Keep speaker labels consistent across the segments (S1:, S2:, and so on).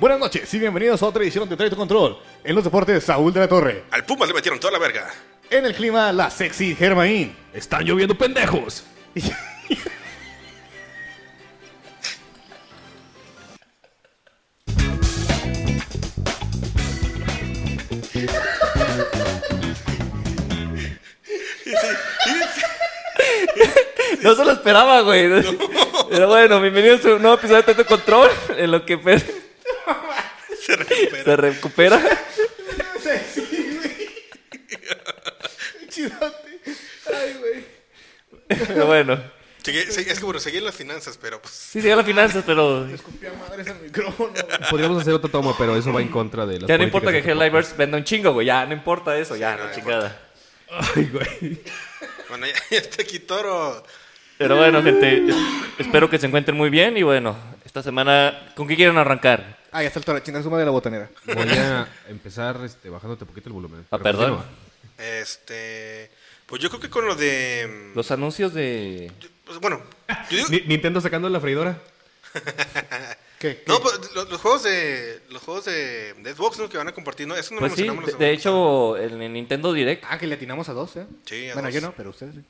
S1: Buenas noches y bienvenidos a otra edición de Traito Control. En los deportes, Saúl de la Torre.
S2: Al Puma le metieron toda la verga.
S1: En el clima, la sexy Germain.
S3: Están lloviendo pendejos.
S4: No se lo esperaba, güey. Pero bueno, bienvenidos a un nuevo episodio de Tanto Control. En lo que Fer
S2: Se recupera.
S4: se recupera.
S1: sexy, güey. Chidote. Ay, güey.
S4: Pero bueno.
S2: Seguí- seguí- es que bueno, seguí en las finanzas, pero pues.
S4: Sí, sigue las finanzas, pero
S1: Escupía madres al micrófono. güey.
S3: Podríamos hacer otra toma, pero eso va en contra de las
S4: ya no importa que
S3: políticas de-
S4: Helldivers venda un chingo, güey. Ya no importa eso, ya,
S2: Sí,
S4: no,
S2: no
S4: chingada.
S3: Ay, güey.
S2: Bueno, ya, ya está aquí toro.
S4: Pero bueno, gente, es- espero que se encuentren muy bien. Y bueno, esta semana, ¿con qué quieren arrancar?
S1: Ah, ya está el toro. Chinga su madre la botanera.
S3: Voy a empezar este, bajándote un poquito el volumen.
S4: Ah,
S3: Pero
S4: perdón.
S3: continúa.
S2: Este. Pues yo creo que con lo de.
S4: Los anuncios de.
S2: pues, bueno, yo digo-
S3: Ni- Nintendo sacando la freidora.
S1: ¿Qué? ¿Qué?
S2: No, pues, lo- los juegos de. Los juegos de, de Xbox, ¿no? Que van a compartir, ¿no? Eso no lo
S4: Pues sí,
S2: mencionamos la
S4: de,
S2: semana
S4: de hecho, en el Nintendo Direct,
S1: Ah, que le atinamos a dos, ¿eh?
S2: Sí, a
S1: Bueno,
S2: dos.
S1: yo no, pero ustedes sí.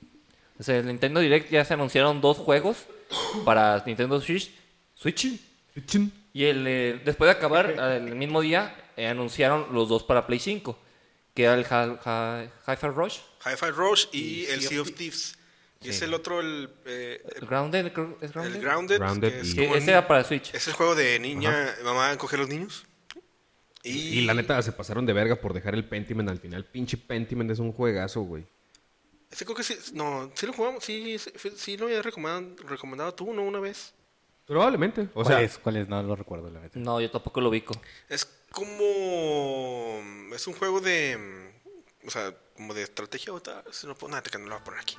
S4: o sea, en el Nintendo Direct ya se anunciaron dos juegos para Nintendo Switch. Switch.
S3: Chin.
S4: Y el, eh, después de acabar, el mismo día, eh, anunciaron los dos para Play 5, que era el Hi- Hi- Hi-Fi Rush,
S2: pasada. Hi-Fi Rush y, el Sea of Thieves. Y
S4: Sí.
S2: es el otro, el. eh,
S4: el Grounded, creo- ¿es
S2: el
S4: Grounded?
S2: Grounded.
S3: Grounded
S2: que es,
S3: y-
S4: Sí,
S2: como
S4: ese
S2: un-
S4: era para Switch.
S2: es el juego de niña. Mamá coge a los niños. Y,
S3: Y la neta, se pasaron de verga por dejar el Pentiment al final. Pinche Pentiment es un juegazo, güey.
S2: Ese creo que sí. No, sí lo jugamos. Sí, sí, sí lo había recomendado, recomendado tú, ¿no? Una vez.
S3: Probablemente. O sea,
S1: ¿Cuáles? ¿Cuáles? No lo recuerdo, la neta.
S4: No, yo tampoco lo ubico.
S2: Es como. Es un juego de. mm, O sea, como de estrategia o tal. Si no, puedo- nada, que no lo voy a poner aquí.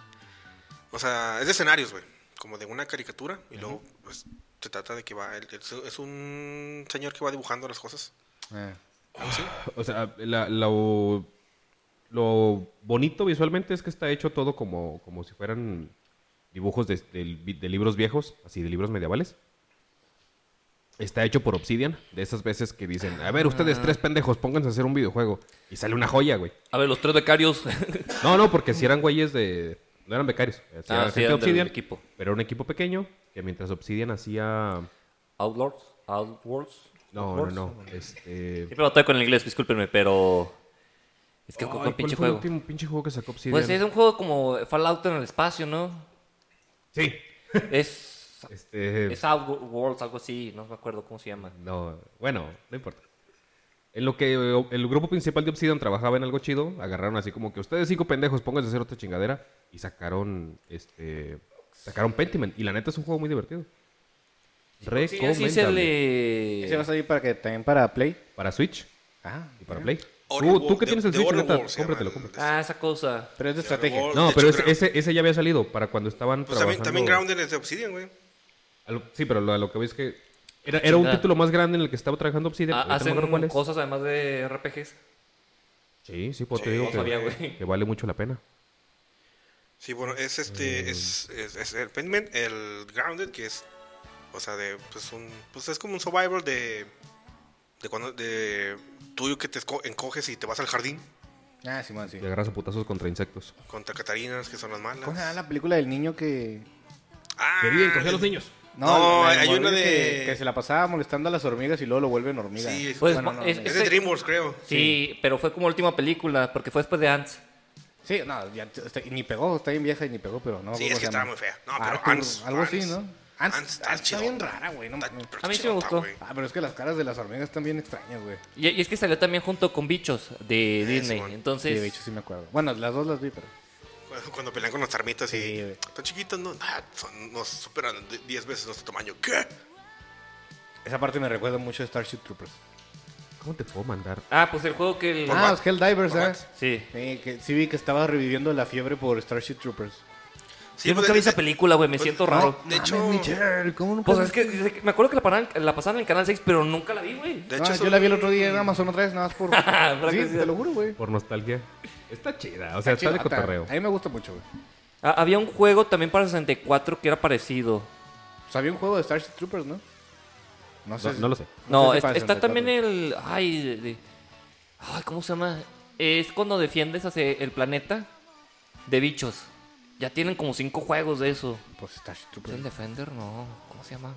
S2: O sea, es de escenarios, güey. Como de una caricatura. Y luego, pues, se trata de que va. el- Es es un señor que va dibujando las cosas.
S1: Ah.
S2: ¿Algo así?
S3: o sea la- lo, lo bonito visualmente es que está hecho todo como, como si fueran dibujos de, de- de libros viejos, así de libros medievales. Está hecho por Obsidian, de esas veces que dicen, a ver,
S4: Ah.
S3: ustedes tres pendejos, pónganse a hacer un videojuego. Y sale una joya, güey.
S4: A ver, los tres becarios.
S3: No, no, porque si eran güeyes de... No eran becarios. si gente
S4: Ah, sí, eran
S3: de
S4: del
S3: Obsidian,
S4: equipo.
S3: Pero era un equipo pequeño que mientras Obsidian hacía...
S4: Outlaws. Outworlds.
S3: No, no,
S4: Outworlds.
S3: no. Este...
S4: Siempre batalla con el inglés, discúlpenme, pero. Es que
S3: Ay,
S4: con
S3: ¿cuál
S4: pinche
S3: fue el
S4: juego.
S3: último pinche juego que sacó Obsidian?
S4: Pues es un juego como Fallout en el espacio, ¿no?
S3: Sí.
S4: Es.
S3: Este...
S4: Es Outworlds, algo así, no me acuerdo cómo se llama.
S3: No, bueno, no importa. En lo que eh, el grupo principal de Obsidian trabajaba en algo chido, agarraron así como que ustedes cinco pendejos pónganse a hacer otra chingadera y sacaron este sacaron Pentiment y la neta es un juego muy divertido.
S4: Sí, así se
S3: Recomendable
S1: ¿Ese va a
S4: le.
S1: salir para que también para Play?
S3: para Switch
S1: Ah.
S3: y para Play.
S2: Outer
S3: Tú, tú
S2: World- The-
S3: que tienes el
S2: The
S3: Switch,
S2: Outer
S3: neta,
S2: World se llama
S3: cómpratelo,
S2: el-
S3: cómpratelo.
S4: Ah, esa cosa.
S1: Pero es de
S2: Outer
S1: estrategia.
S2: World,
S3: No,
S2: de
S3: pero
S2: hecho,
S3: ese,
S2: creo-
S3: ese, ese ya había salido para cuando estaban
S2: Pues también,
S3: trabajando.
S2: también Grounded es de Obsidian, güey.
S3: al- sí, pero lo, a lo que ves que era, era un
S4: Chingada.
S3: título más grande en el que estaba trabajando Obsidian.
S4: Ah,
S3: ahorita no me acuerdo cuál
S4: hacen
S3: es.
S4: cosas además de RPGs.
S3: Sí, sí, pues te
S2: Sí,
S3: digo
S2: no
S3: que-
S4: sabía, güey.
S3: que vale mucho la pena.
S2: Sí, bueno, es
S4: Eh.
S2: este, es, es, es el Pentiment, el Grounded, que es, o sea, de, pues un, pues es como un survival de, de cuando, de tuyo que te esco- encoges y te vas al jardín
S1: Ah, sí, bueno, sí.
S3: Y agarras a putazos contra insectos.
S2: contra Catarinas, que son las malas.
S1: ¿Cómo se llama la película del niño que.?
S2: Ah,
S3: coger a los niños.
S2: No,
S1: la del
S2: hay una
S1: morrillo
S2: de-
S1: Que, que se la pasaba molestando a las hormigas y luego lo vuelven hormiga.
S2: Sí, es-
S4: Pues,
S1: Bueno, no,
S4: es-
S1: no.
S2: es de DreamWorks, creo.
S4: Sí, pero fue como última película, porque fue después de Ants.
S1: Sí, no, ya, está- ni pegó, está bien vieja y ni pegó, pero no.
S2: Sí,
S1: ¿cómo se
S2: es que estaba
S1: llama?
S2: muy fea. No, pero
S1: Arthur,
S2: Ants,
S1: Ah, Algo
S2: Ants.
S1: así, ¿no? Ants,
S2: Ants está
S1: Ants está bien
S2: chidota.
S1: rara, güey. No,
S2: Está-
S1: mames.
S2: pero
S4: A mí sí me
S2: chidota,
S4: gustó.
S2: güey.
S1: Ah, pero es que las caras de las hormigas están bien extrañas, güey.
S4: Y, y es que salió también junto con Bichos de Disney.
S2: Simón.
S1: Sí,
S4: Entonces,
S1: de hecho sí me acuerdo. Bueno, las dos las vi, pero.
S2: Cuando- Cuando pelean con los tarmitas y
S1: Sí, güey.
S2: están chiquitos, no, Ah, son, nos superan de- 10 veces nuestro tamaño. ¿Qué?
S1: Esa parte me recuerda mucho a Starship Troopers.
S3: ¿Cómo te puedo mandar?
S4: ah, pues el juego que el-
S1: Ah, los Helldivers,
S2: Por
S1: ¿eh?
S2: Bats.
S4: Sí.
S1: Sí, que, sí vi que estaba reviviendo la fiebre por Starship Troopers.
S2: Sí,
S4: Yo
S2: pues,
S4: nunca vi
S2: de-
S4: esa película, güey, me
S2: pues,
S4: siento
S2: no.
S4: raro.
S2: De hecho-
S1: Mames, Michelle, ¿cómo nunca-
S4: Pues es que desde que- me acuerdo que la, paran- la pasaron en el Canal 6, pero nunca la vi,
S2: De
S4: güey.
S1: No,
S2: hecho,
S1: Ah, yo
S2: son-
S1: la vi el otro día en Amazon otra vez, nada más por.
S4: Para
S1: sí,
S4: que sea.
S1: te lo juro, güey.
S3: Por nostalgia. Está chida, o sea, está, de
S1: Chidota.
S3: cotorreo.
S1: A mí me gusta mucho, güey.
S4: Ah, había un juego también para 64 que era parecido.
S1: Pues, O sea, había un juego de Starship Troopers, ¿no? No
S3: No,
S1: sé si-
S3: no lo sé.
S1: No
S4: No,
S1: sé si
S4: es-
S1: para el
S4: está
S1: 64.
S4: también el. Ay, de- de- ay, ¿cómo se llama? Es cuando defiendes hacia el planeta de bichos. Ya tienen como cinco juegos de eso.
S1: Pues está
S4: ¿Es el
S1: estúpido.
S4: Defender? No. ¿Cómo se llama?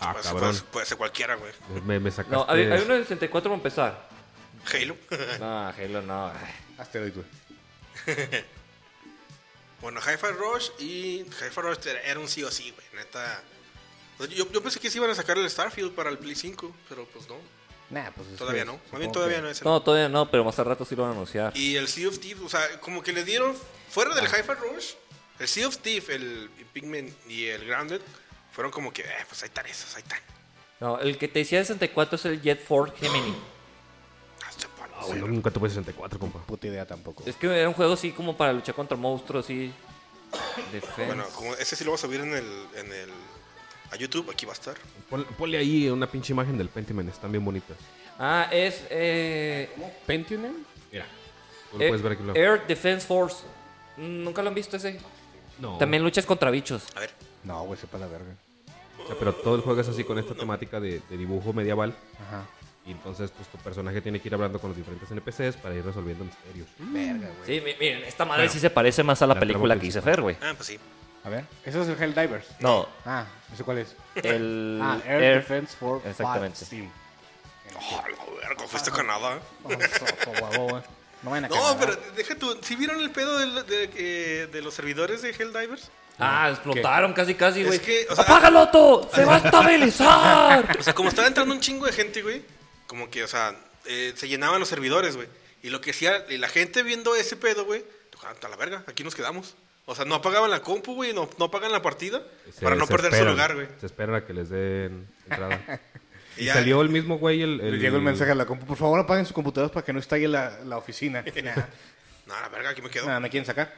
S3: Ah,
S2: puede, ser-
S3: cabrón.
S2: puede ser- puede ser cualquiera, güey.
S3: Me, me sacaste.
S4: No, hay, hay uno del 64 para empezar.
S2: Halo.
S4: No, Halo no.
S1: Asteroid, güey.
S2: bueno, Hi-Fi Rush y Hi-Fi Rush era era un sí o sí, güey. Neta. O sea, Yo, yo pensé que sí iban a sacar el Starfield para el Play 5, pero pues no.
S1: Nah, pues es
S2: Todavía
S1: que
S2: no. Más
S1: supongo
S2: bien todavía
S1: que-
S2: no es el-
S4: No, todavía no, pero más al rato sí lo van a anunciar.
S2: Y el Sea of Thieves, o sea, como que le dieron, fuera del Hi-Fi Rush, el Sea of Thieves, el Pigment y el Grounded, fueron como que, eh, pues ahí están esos, ahí están.
S4: No, el que te decía de 64 es el Jet Force Gemini.
S2: Hasta por la
S3: Ah, güey, nunca tuve 64, compa.
S1: Puta idea tampoco.
S4: Es que era un juego así como para luchar contra monstruos y. Defense.
S2: Bueno, como ese sí lo voy a subir en el, en el, a YouTube, aquí va a estar.
S3: Pon- ponle ahí una pinche imagen del Pentiment, están bien bonitas.
S4: Ah, es. Eh,
S1: Pentium?
S3: Mira. Eh, Tú lo puedes ver aquí. luego.
S4: Air Defense Force. ¿Nunca lo han visto ese?
S3: No.
S4: También luchas contra bichos.
S2: A ver,
S1: No, güey, sepa la verga.
S3: O sea, pero todo el juego es así con esta temática de, de dibujo medieval.
S1: Ajá.
S3: Y entonces, pues tu personaje tiene que ir hablando con los diferentes NPCs para ir resolviendo misterios.
S2: Mm.
S1: Verga, güey.
S4: Sí, mi- miren, esta madre sí se parece más a la,
S3: la
S4: película
S3: trama
S4: que hice Fer, güey.
S2: ah, pues sí.
S1: A ver, eso es el Helldivers.
S4: No,
S1: Ah, no sé cuál es.
S4: el.
S1: Ah, Air,
S4: Air-
S1: Defense Force
S4: Exactamente.
S1: Fight Team. Oh,
S2: Oh, la verga, fuiste con nada.
S1: Vamos, ojo, guau, guau. No van a ¿eh?
S2: No,
S1: Canadá.
S2: pero deja tú, ¿sí vieron el pedo del- de, que- de los servidores de Helldivers?
S4: Ah, explotaron casi, casi,
S2: Es
S4: güey.
S2: que, o sea-
S4: ¡Apágalo, Otto! ¡Se va a estabilizar!
S2: O sea, como estaba entrando un chingo de gente, güey, como que, o sea, eh, se llenaban los servidores, güey. Y lo que hacía, y la gente viendo ese pedo, güey, dijo, "Ah, a la verga, aquí nos quedamos. O sea, no apagaban la compu, güey, no, no apagan la partida
S3: Se-
S2: para no
S3: se
S2: perder su
S3: esperan,
S2: lugar, güey.
S3: Se espera a que les den entrada. y
S2: Ya.
S3: salió el mismo güey. El,
S1: Le llegó el mensaje a la compu. Por favor, apaguen sus computadoras para que no estalle la, la oficina. Nada,
S2: No, la verga, aquí me quedo.
S1: nah, me quieren sacar.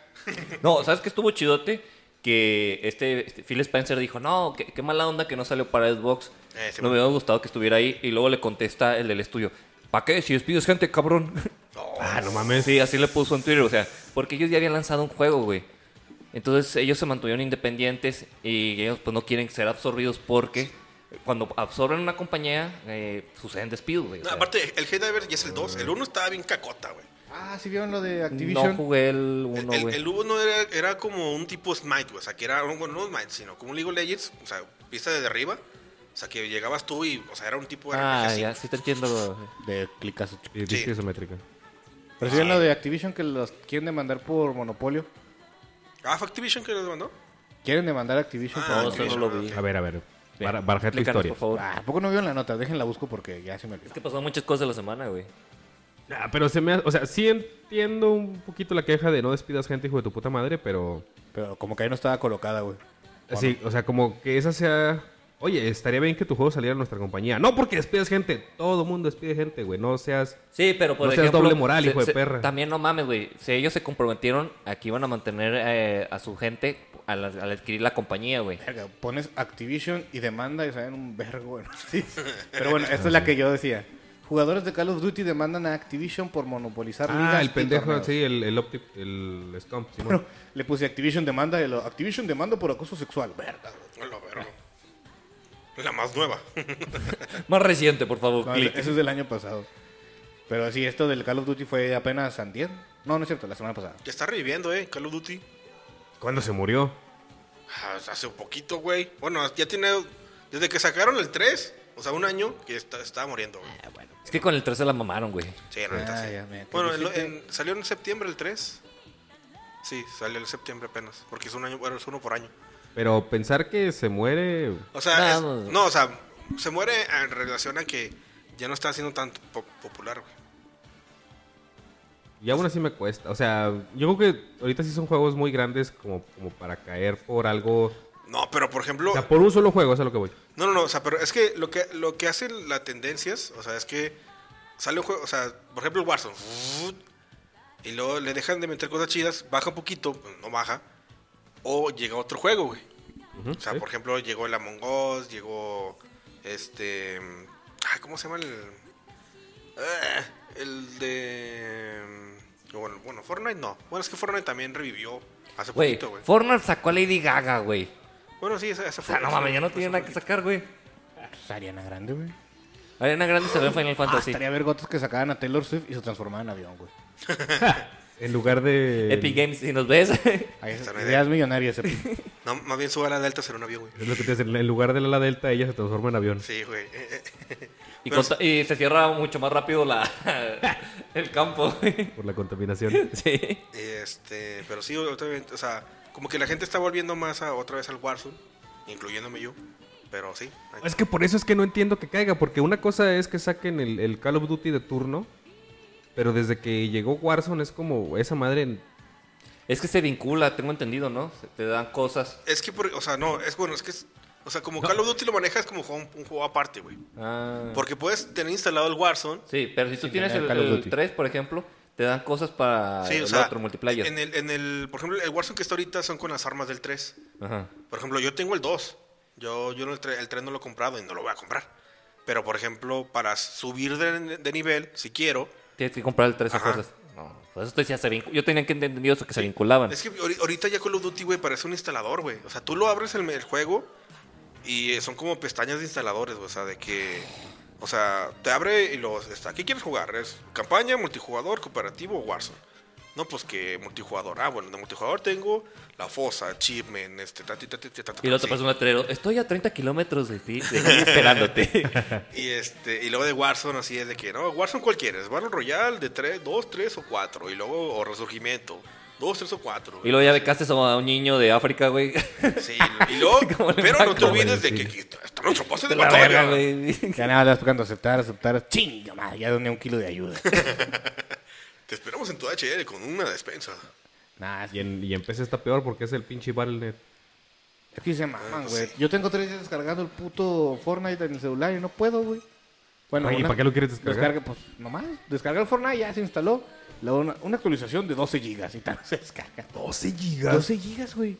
S4: no, ¿sabes qué estuvo chidote? Que este, este Phil Spencer dijo: No, qué, qué mala onda que no salió para Xbox.
S2: Eh, sí, bueno.
S4: no me hubiera gustado que estuviera ahí. Y luego le contesta el del estudio: ¿Para qué? Si despides gente, cabrón.
S2: No,
S3: Ah, no mames.
S4: Sí, así le puso en Twitter, o sea, porque ellos ya habían lanzado un juego, güey. Entonces ellos se mantuvieron independientes y ellos pues no quieren ser absorbidos porque cuando absorben una compañía eh, suceden despidos, güey. o
S2: No,
S4: sea,
S2: aparte, el Helldivers ya es el 2. El 1 estaba bien cacota, güey.
S1: Ah, ¿sí vieron lo de Activision?
S4: no jugué el
S2: El-
S4: 1,
S2: el,
S4: güey.
S2: el 1 era, era como un tipo Smite, güey. O sea, que era, bueno, no Smite, sino como un League of Legends, o sea, vista desde arriba. O sea, que llegabas tú y, o sea, era un tipo de RPG
S4: Ah,
S2: así.
S4: ya, sí te entiendo. güey.
S1: De clicas.
S3: Y dice
S2: Sí.
S3: isométrica.
S1: Pero sí vieron lo de Activision que los quieren demandar por monopolio.
S2: Ah, fue Activision que nos mandó.
S1: Quieren demandar a Activision
S2: Ah,
S1: por
S4: No, eso
S1: monopolio.
S4: no
S2: Activision,
S4: lo vi.
S2: ok.
S3: A ver, a ver.
S4: Ven,
S3: Bar barajate
S4: explícanos,
S3: historia.
S4: por favor.
S1: Ah, ¿a poco no vieron la nota? Déjenla busco porque ya se me olvidó.
S4: Es que pasaron muchas cosas de la semana, güey.
S3: Ah, pero se me ha- O sea, sí entiendo un poquito la queja de no despidas gente, hijo de tu puta madre, pero.
S1: Pero como que ahí no estaba colocada, güey.
S3: Sí, o sea, como que esa sea. Oye, estaría bien que tu juego saliera en nuestra compañía. No porque despides gente. Todo mundo despide gente, güey. No seas.
S4: Sí, pero por
S3: No seas
S4: ejemplo...
S3: doble moral,
S4: se-
S3: hijo de
S4: se-
S3: perra.
S4: También no mames, güey. Si ellos se comprometieron a que iban a mantener eh, a su gente al, al adquirir la compañía, güey.
S1: Verga, pones Activision y demanda y salen un vergo. güey. Sí. Pero bueno, esta es la que yo decía. Jugadores de Call of Duty demandan a Activision por monopolizar ligas
S3: Ah, el
S1: y
S3: pendejo,
S1: torneos.
S3: sí, el, el Optic, el Scump. Simón.
S1: Bueno, le puse Activision demanda y lo, Activision demanda por acoso sexual. Verga, güey.
S2: Ah, No lo veo. La más nueva.
S4: Más reciente, por favor,
S1: No,
S4: clic.
S1: eso es del año pasado. Pero sí, esto del Call of Duty fue apenas antier. No, no es cierto, la semana pasada.
S2: Ya está reviviendo, eh, Call of Duty.
S3: ¿Cuándo se murió?
S2: Ah, Hace un poquito, güey. Bueno, ya tiene. Desde que sacaron el 3, o sea, un año, que está, estaba muriendo, güey.
S4: Es que con el 3 se la mamaron, güey.
S2: Sí, la neta,
S1: Ah,
S2: sí.
S1: ya, mira,
S2: Bueno,
S1: ¿qué
S2: en lo-
S1: dijiste?
S2: en- salió en septiembre el 3. Sí, salió en septiembre apenas. Porque es un año, bueno, es uno por año.
S3: Pero pensar que se muere.
S2: O sea, es-
S4: No, no.
S2: no, o sea, se muere en relación a que ya no está siendo tan po- popular, güey.
S3: Y aún así me cuesta. O sea, yo creo que ahorita sí son juegos muy grandes como, como para caer por algo.
S2: No, pero por ejemplo.
S3: O sea, por un solo juego, eso es a lo que voy.
S2: No, no, no, o sea, pero es que lo que lo que hacen las tendencias, o sea, es que sale un juego, o sea, por ejemplo el Warzone, y luego le dejan de meter cosas chidas, baja un poquito, pues, no baja, o llega otro juego, güey.
S3: Ujú,
S2: O sea,
S3: sí.
S2: por ejemplo, llegó el Among Us, llegó este ay, ¿cómo se llama el Ah, el de mm, bueno, bueno, Fortnite no. Bueno, es que Fortnite también revivió hace
S4: Güey,
S2: poquito, güey.
S4: Fortnite sacó a Lady Gaga, güey.
S2: Bueno, sí, esa, esa
S4: O sea, no mames, ya no tiene nada que sacar, güey.
S1: Pues, Ariana Grande, güey.
S4: Ariana Grande se ve en Final
S3: Pues
S1: Ah,
S4: Fantasy.
S1: estaría ver gotas que sacaban a Taylor Swift y se transformaban en avión, güey.
S3: En lugar de.
S4: Epic Games, si nos ves.
S1: Ahí es-
S2: Está una idea.
S1: Ideas millonarias. ese-
S2: No, más bien su ala delta será un avión, güey.
S3: Es lo que te dicen, En lugar del ala delta, ella se transforma en avión.
S2: Sí, güey. Eh, eh.
S4: y,
S2: Pero-
S4: conta- y se cierra mucho más rápido la, el campo.
S3: Por la contaminación.
S4: sí.
S2: Este, pero sí, otra vez, o sea, como que la gente está volviendo más a, otra vez al Warzone, incluyéndome yo. Pero sí, ahí-
S3: Es que por eso es que no entiendo que caiga, porque una cosa es que saquen el, el Call of Duty de turno, pero desde que llegó Warzone es como esa madre.
S4: Es que se vincula, tengo entendido, ¿no? Se te dan cosas.
S2: es que, por- o sea, no, es bueno, es que, es- o sea, como Call of Duty lo manejas como juego- un juego aparte, güey.
S4: Ah.
S2: Porque puedes tener instalado el Warzone.
S4: Sí, pero si tú tienes
S1: tener
S4: el,
S1: Call of
S4: el
S1: Duty.
S4: 3, por ejemplo, te dan cosas para
S2: Sí,
S4: Ah, el
S2: o sea,
S4: otro multiplayer.
S2: En el, en el, por ejemplo, el Warzone que está ahorita son con las armas del 3.
S4: Ajá.
S2: Por ejemplo, yo tengo el 2. Yo, yo no- el, 3, no lo he comprado y no lo voy a comprar. Pero, por ejemplo, para subir de, de nivel, si quiero.
S4: Tienes que comprar el 3 a
S2: Ajá.
S4: cosas. No, por eso te decía, se vincu- yo tenía que entender eso que se vinculaban.
S2: Es que ahori- ahorita ya Call of Duty, güey, parece un instalador, güey. O sea, tú lo abres el, el juego y eh, son como pestañas de instaladores, güey. O sea, de que. O sea, te abre y los. Está, ¿Qué quieres jugar? ¿Es campaña, multijugador, cooperativo o Warzone? No, pues que multijugador. Ah, bueno, de multijugador tengo la fosa, achievement, este, ta, ti, ta, ti, ta, ta, ta,
S4: Y luego te
S2: sí.
S4: pasa un letrero, estoy a 30 kilómetros de ti, de aquí esperándote.
S2: Y este, y luego de Warzone así es de que, no, Warzone cuál quieres, Battle Royale de 3, 2, 3 o 4, y luego o Resurgimiento, 2, 3 o 4.
S4: y luego ya becaste a un niño de África, güey.
S2: Sí, y luego,
S4: Como el
S2: pero no te
S4: Marco,
S2: olvides de
S3: güey,
S2: que
S3: sí.
S2: que está nuestro pase de
S4: De la verga,
S2: batalla.
S4: güey.
S1: ya nada más le vas tocando aceptar, aceptar. Chinga madre, ya doné un kilo de ayuda.
S2: Te esperamos en tu HL con una despensa.
S1: nah, es
S3: Y en, y en PC está peor porque es el pinche Battle.net.
S1: Es que se maman,
S2: Ah,
S1: güey.
S2: sí.
S1: Yo tengo tres días descargando el puto Fortnite en el celular y no puedo, güey. Bueno,
S3: Oye, ¿y
S1: una-
S3: para qué lo quieres descargar?
S1: Descarga, pues, nomás. Descarga el Fortnite, ya se instaló. Luego una, una actualización de 12 gigas y tal. Se descarga.
S3: 12 gigas.
S1: 12 gigas, güey.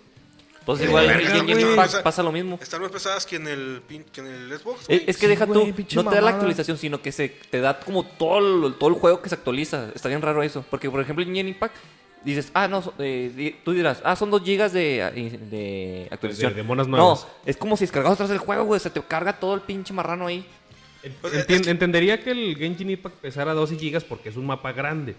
S4: Pues
S2: Eh,
S4: igual en
S2: verga,
S4: Genshin
S2: güey.
S4: Impact pasa lo mismo. Eh,
S2: Están más pesadas que en el, pin- que en el Xbox.
S4: Es,
S2: güey.
S4: es que
S1: Sí,
S4: deja
S1: güey,
S4: tú,
S1: pinche
S4: no te da la
S1: mamada.
S4: actualización, sino que se te da como todo, lo- todo el juego que se actualiza. Está bien raro eso. Porque, por ejemplo, en Genshin Impact dices, ah, no, so- eh, di- tú dirás, ah, son 2 gigas de, de actualización.
S3: De- de monas nuevas.
S4: No, es como si descargas atrás del juego, güey. Se te carga todo el pinche marrano ahí.
S2: Pues, es que-
S3: Entendería que el Genshin Impact pesara 12 gigas porque es un mapa grande.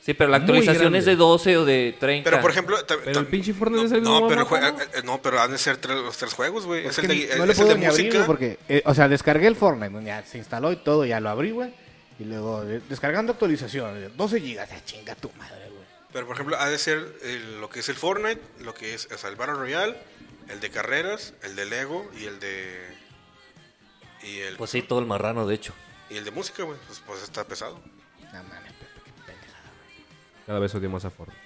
S4: Sí, pero la
S3: Muy
S4: actualización
S3: grande.
S4: es de 12 o de 30.
S2: Pero por ejemplo, ta-
S3: Pero
S2: ta-
S3: el pinche Fortnite
S2: no,
S3: es el mismo
S2: no, pero
S3: mapa,
S2: juega-
S3: ¿no?
S2: eh, no, pero han de ser tres- los tres juegos, güey. Es,
S1: Es
S2: el
S1: que
S2: de,
S1: no
S2: es
S1: le
S2: el
S1: puedo
S2: de
S1: ni abrir,
S2: música.
S1: güey, porque... eh, o sea, descargué el Fortnite. Ya se instaló y todo, ya lo abrí, güey. Y luego, eh, descargando actualización. 12 gigas. Ah, chinga tu madre, güey.
S2: Pero por ejemplo, ha de ser el- lo que es el Fortnite, lo que es o sea, el Battle Royale, el de carreras, el de Lego y el de. Y el,
S4: Pues sí, todo el marrano, de hecho.
S2: y el de música, güey. Pues, pues está pesado.
S1: No mames, Pepe, qué pendejada.
S3: Cada vez odio más a Fortnite.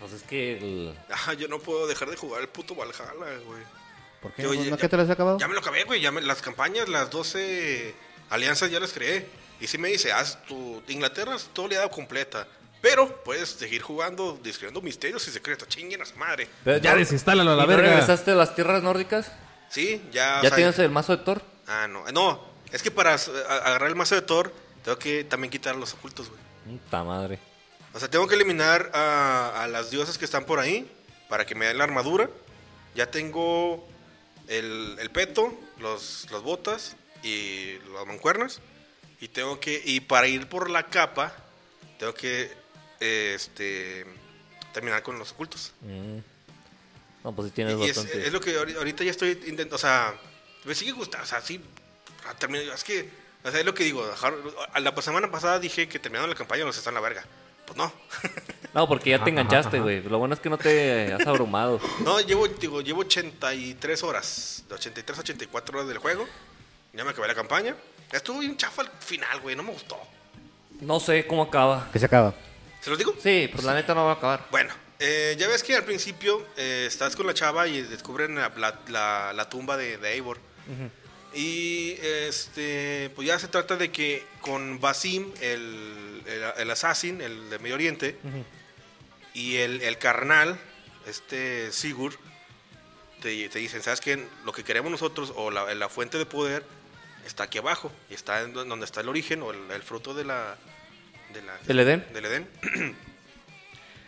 S4: Pues es que el-
S2: Ajá, yo no puedo dejar de jugar el puto Valhalla, güey.
S1: ¿Por qué?
S2: Yo,
S1: ¿No,
S2: ya-
S1: ¿no que te lo has acabado?
S2: Ya me lo acabé, güey. ya me- Las campañas, las 12 alianzas ya las creé. Y sí me dice, haz tu Inglaterra es todo oleada completa. Pero puedes seguir jugando, describiendo misterios y secretos. Chinguen a su madre.
S4: Pero
S3: Ya
S4: no-
S3: desinstálalo a la
S4: ¿y no
S3: verga.
S4: regresaste a las tierras nórdicas?
S2: Ah, Sí, ya. o
S4: ¿Ya
S2: sea,
S4: tienes el mazo de Thor?
S2: Ah, no. No, es que para s- a- agarrar el mazo de Thor, tengo que también quitar los ocultos, güey.
S4: Puta madre.
S2: O sea, tengo que eliminar a, a las diosas que están por ahí para que me den la armadura. Ya tengo el, el peto, los, las botas y las mancuernas. Y tengo que. Y para ir por la capa, tengo que eh, este terminar con los ocultos.
S4: Mm. No, pues sí
S2: Y
S4: tienes
S2: es,
S4: bastante.
S2: es lo que ahori- ahorita ya estoy intentando. O sea, me sigue gustando. O sea, sí. ah, terminé- es que. O sea, es lo que digo. dejar- a La semana pasada dije que terminando la campaña los están en la verga. Pues no.
S4: No, porque ya
S3: Ajá,
S4: te enganchaste,
S3: ajá.
S4: güey. Lo bueno es que no te has abrumado.
S2: No, llevo, digo, llevo 83 horas, de 83 a 84 horas del juego. Ya me acabé la campaña. Estuvo bien chafa al final, güey, no me gustó.
S4: No sé cómo acaba.
S1: Que se acaba.
S2: ¿Se los digo?
S4: Sí, pues la neta no va a acabar.
S2: Bueno, eh, ya ves que al principio eh, estás con la chava y descubren la, la- la- la tumba de, de Eivor. Y este, pues ya se trata de que con Basim, el, el, el assassin, el de Medio Oriente, y el, el carnal, este Sigur, te, te dicen, ¿sabes qué? Lo que queremos nosotros o la, la fuente de poder está aquí abajo, y está en don- donde está el origen o el, el fruto de la, de la-
S4: ¿Del Edén?
S2: Del Edén.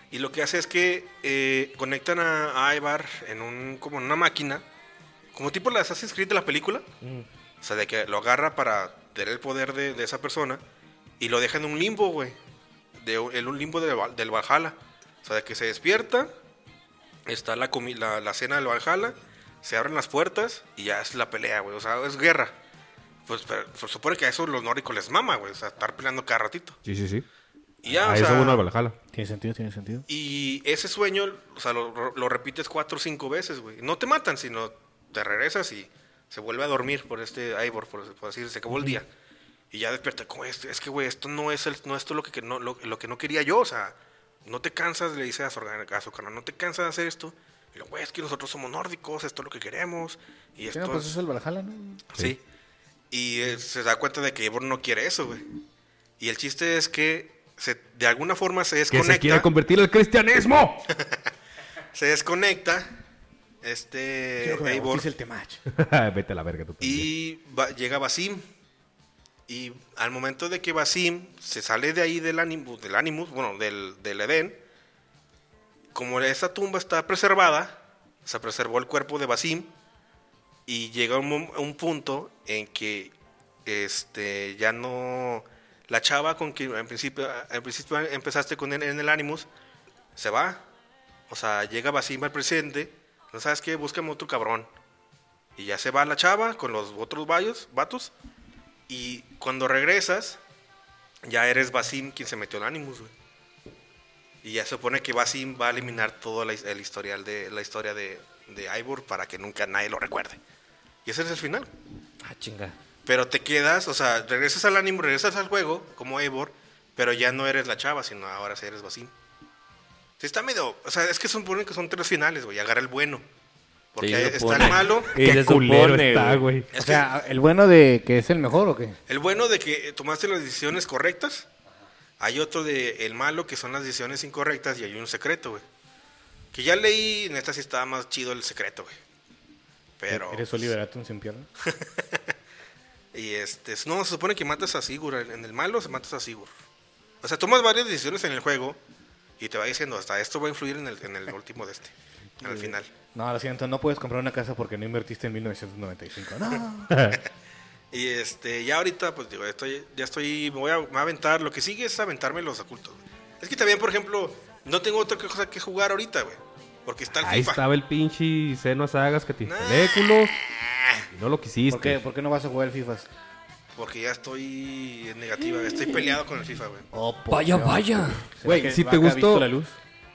S2: Y lo que hace es que eh, conectan a, a Ivar en un, como en una máquina como tipo la Assassin's Creed de la película.
S4: Mm.
S2: O sea, de que lo agarra para tener el poder de, de esa persona y lo deja en un limbo, güey. De, un- en un limbo de Val- del Valhalla. O sea, de que se despierta, está la, comi- la, la cena del Valhalla, se abren las puertas y ya es la pelea, güey. O sea, es guerra. Pues pero- se supone que a eso los nórdicos les mama, güey. O sea, estar peleando cada ratito.
S3: Sí, sí, sí.
S2: Y ya,
S3: a
S2: o
S3: eso
S2: sea,
S3: uno al Valhalla.
S1: Tiene sentido, tiene sentido.
S2: y ese sueño, o sea, lo, lo repites cuatro o cinco veces, güey. No te matan, sino te regresas y se vuelve a dormir por este Ivor, por, por así decir, se acabó el día. Y ya despierta, como este, es, es que, güey, esto no es, el, no, esto es lo, que- que, no, lo, lo que no quería yo, o sea, no te cansas, le dice a su, organ- a su carnal, no te cansas de hacer esto. Y lo, güey, es que nosotros somos nórdicos, esto es lo que queremos. Y
S1: Sí,
S2: esto
S1: no, pues
S2: es-
S1: eso es el Valhalla, ¿no?
S2: Sí. Y eh, se da cuenta de que Eivor no quiere eso, güey. Y el chiste es que se- de alguna forma se
S3: Que
S2: desconecta
S3: se quiere convertir al cristianismo.
S2: se desconecta este
S1: Quiero que me
S2: Eivor,
S1: bautice el temach.
S3: Vete a la verga tú. también.
S2: y va- llega Basim y al momento de que Basim se sale de ahí del Animus, del Animus, bueno, del, del Edén, como esa tumba está preservada, se preservó el cuerpo de Basim y llega un, mom- un punto en que este ya no la chava con quien en principio, en principio empezaste con él en el Animus se va. O sea, llega Basim al presente, no sabes qué, búscame otro cabrón. Y ya se va la chava con los otros vallos, vatos. Y cuando regresas, ya eres Basim quien se metió en Animus, güey. Y ya se supone que Basim va a eliminar todo la his- el historial de la historia de, de Ivor para que nunca nadie lo recuerde. Y ese es el final.
S4: Ah, chinga.
S2: Pero te quedas, o sea, regresas al Animus, regresas al juego como Eivor, pero ya no eres la chava, sino ahora sí eres Basim. Sí, está medio. O sea, es que son, ponen que son tres finales, güey. Agarra el bueno. Porque
S4: Sí,
S2: está
S4: supone.
S2: el malo.
S4: Y se
S3: Qué culero
S4: supone,
S3: está,
S4: güey.
S3: güey.
S2: Es
S1: O sea, ¿el bueno de que es el mejor o qué?
S2: El bueno de que tomaste las decisiones correctas. Hay otro de el malo que son las decisiones incorrectas y hay un secreto, güey. Que ya leí, en esta sí estaba más chido el secreto, güey. Pero.
S1: ¿Eres Oliver Atom sin piernas?
S2: Y este, no, se supone que matas a Sigur. En el malo se matas a Sigur. O sea, tomas varias decisiones en el juego y te va diciendo, hasta esto va a influir en el, en el último de este, en el final.
S1: No, lo siento, no puedes comprar una casa porque no invertiste en 1995. No.
S2: Y este, ya ahorita, pues digo, estoy, ya estoy, me voy, a, me voy a aventar. Lo que sigue es aventarme los ocultos. güey. Es que también, por ejemplo, no tengo otra cosa que jugar ahorita, güey. Porque está el
S3: Ahí
S2: FIFA.
S3: estaba el pinche Seno Sagas que te instalé, culo. Y no lo quisiste.
S1: ¿Por qué, ¿Por qué no vas a jugar el FIFA?
S2: Porque ya estoy en negativa, güey. estoy peleado con el FIFA, güey.
S1: Oh, por
S4: Vaya,
S1: Dios.
S4: vaya.
S1: ¿Será
S3: Güey,
S1: que
S3: si
S1: Vaca
S3: te
S1: ha
S3: gustó-
S1: visto la luz?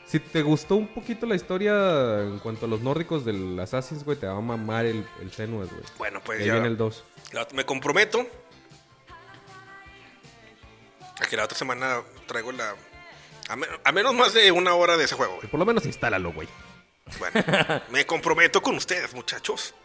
S3: Si te gustó un poquito la historia en cuanto a los nórdicos del Assassin's, güey, te va a mamar el, el Senuas, güey.
S2: Bueno,
S3: Ahí
S2: pues ya.
S3: viene el 2.
S2: la- me comprometo a que la otra semana traigo la. A, me- a menos más de una hora de ese juego, güey.
S3: Por lo menos instálalo, güey.
S2: Bueno, me comprometo con ustedes, muchachos.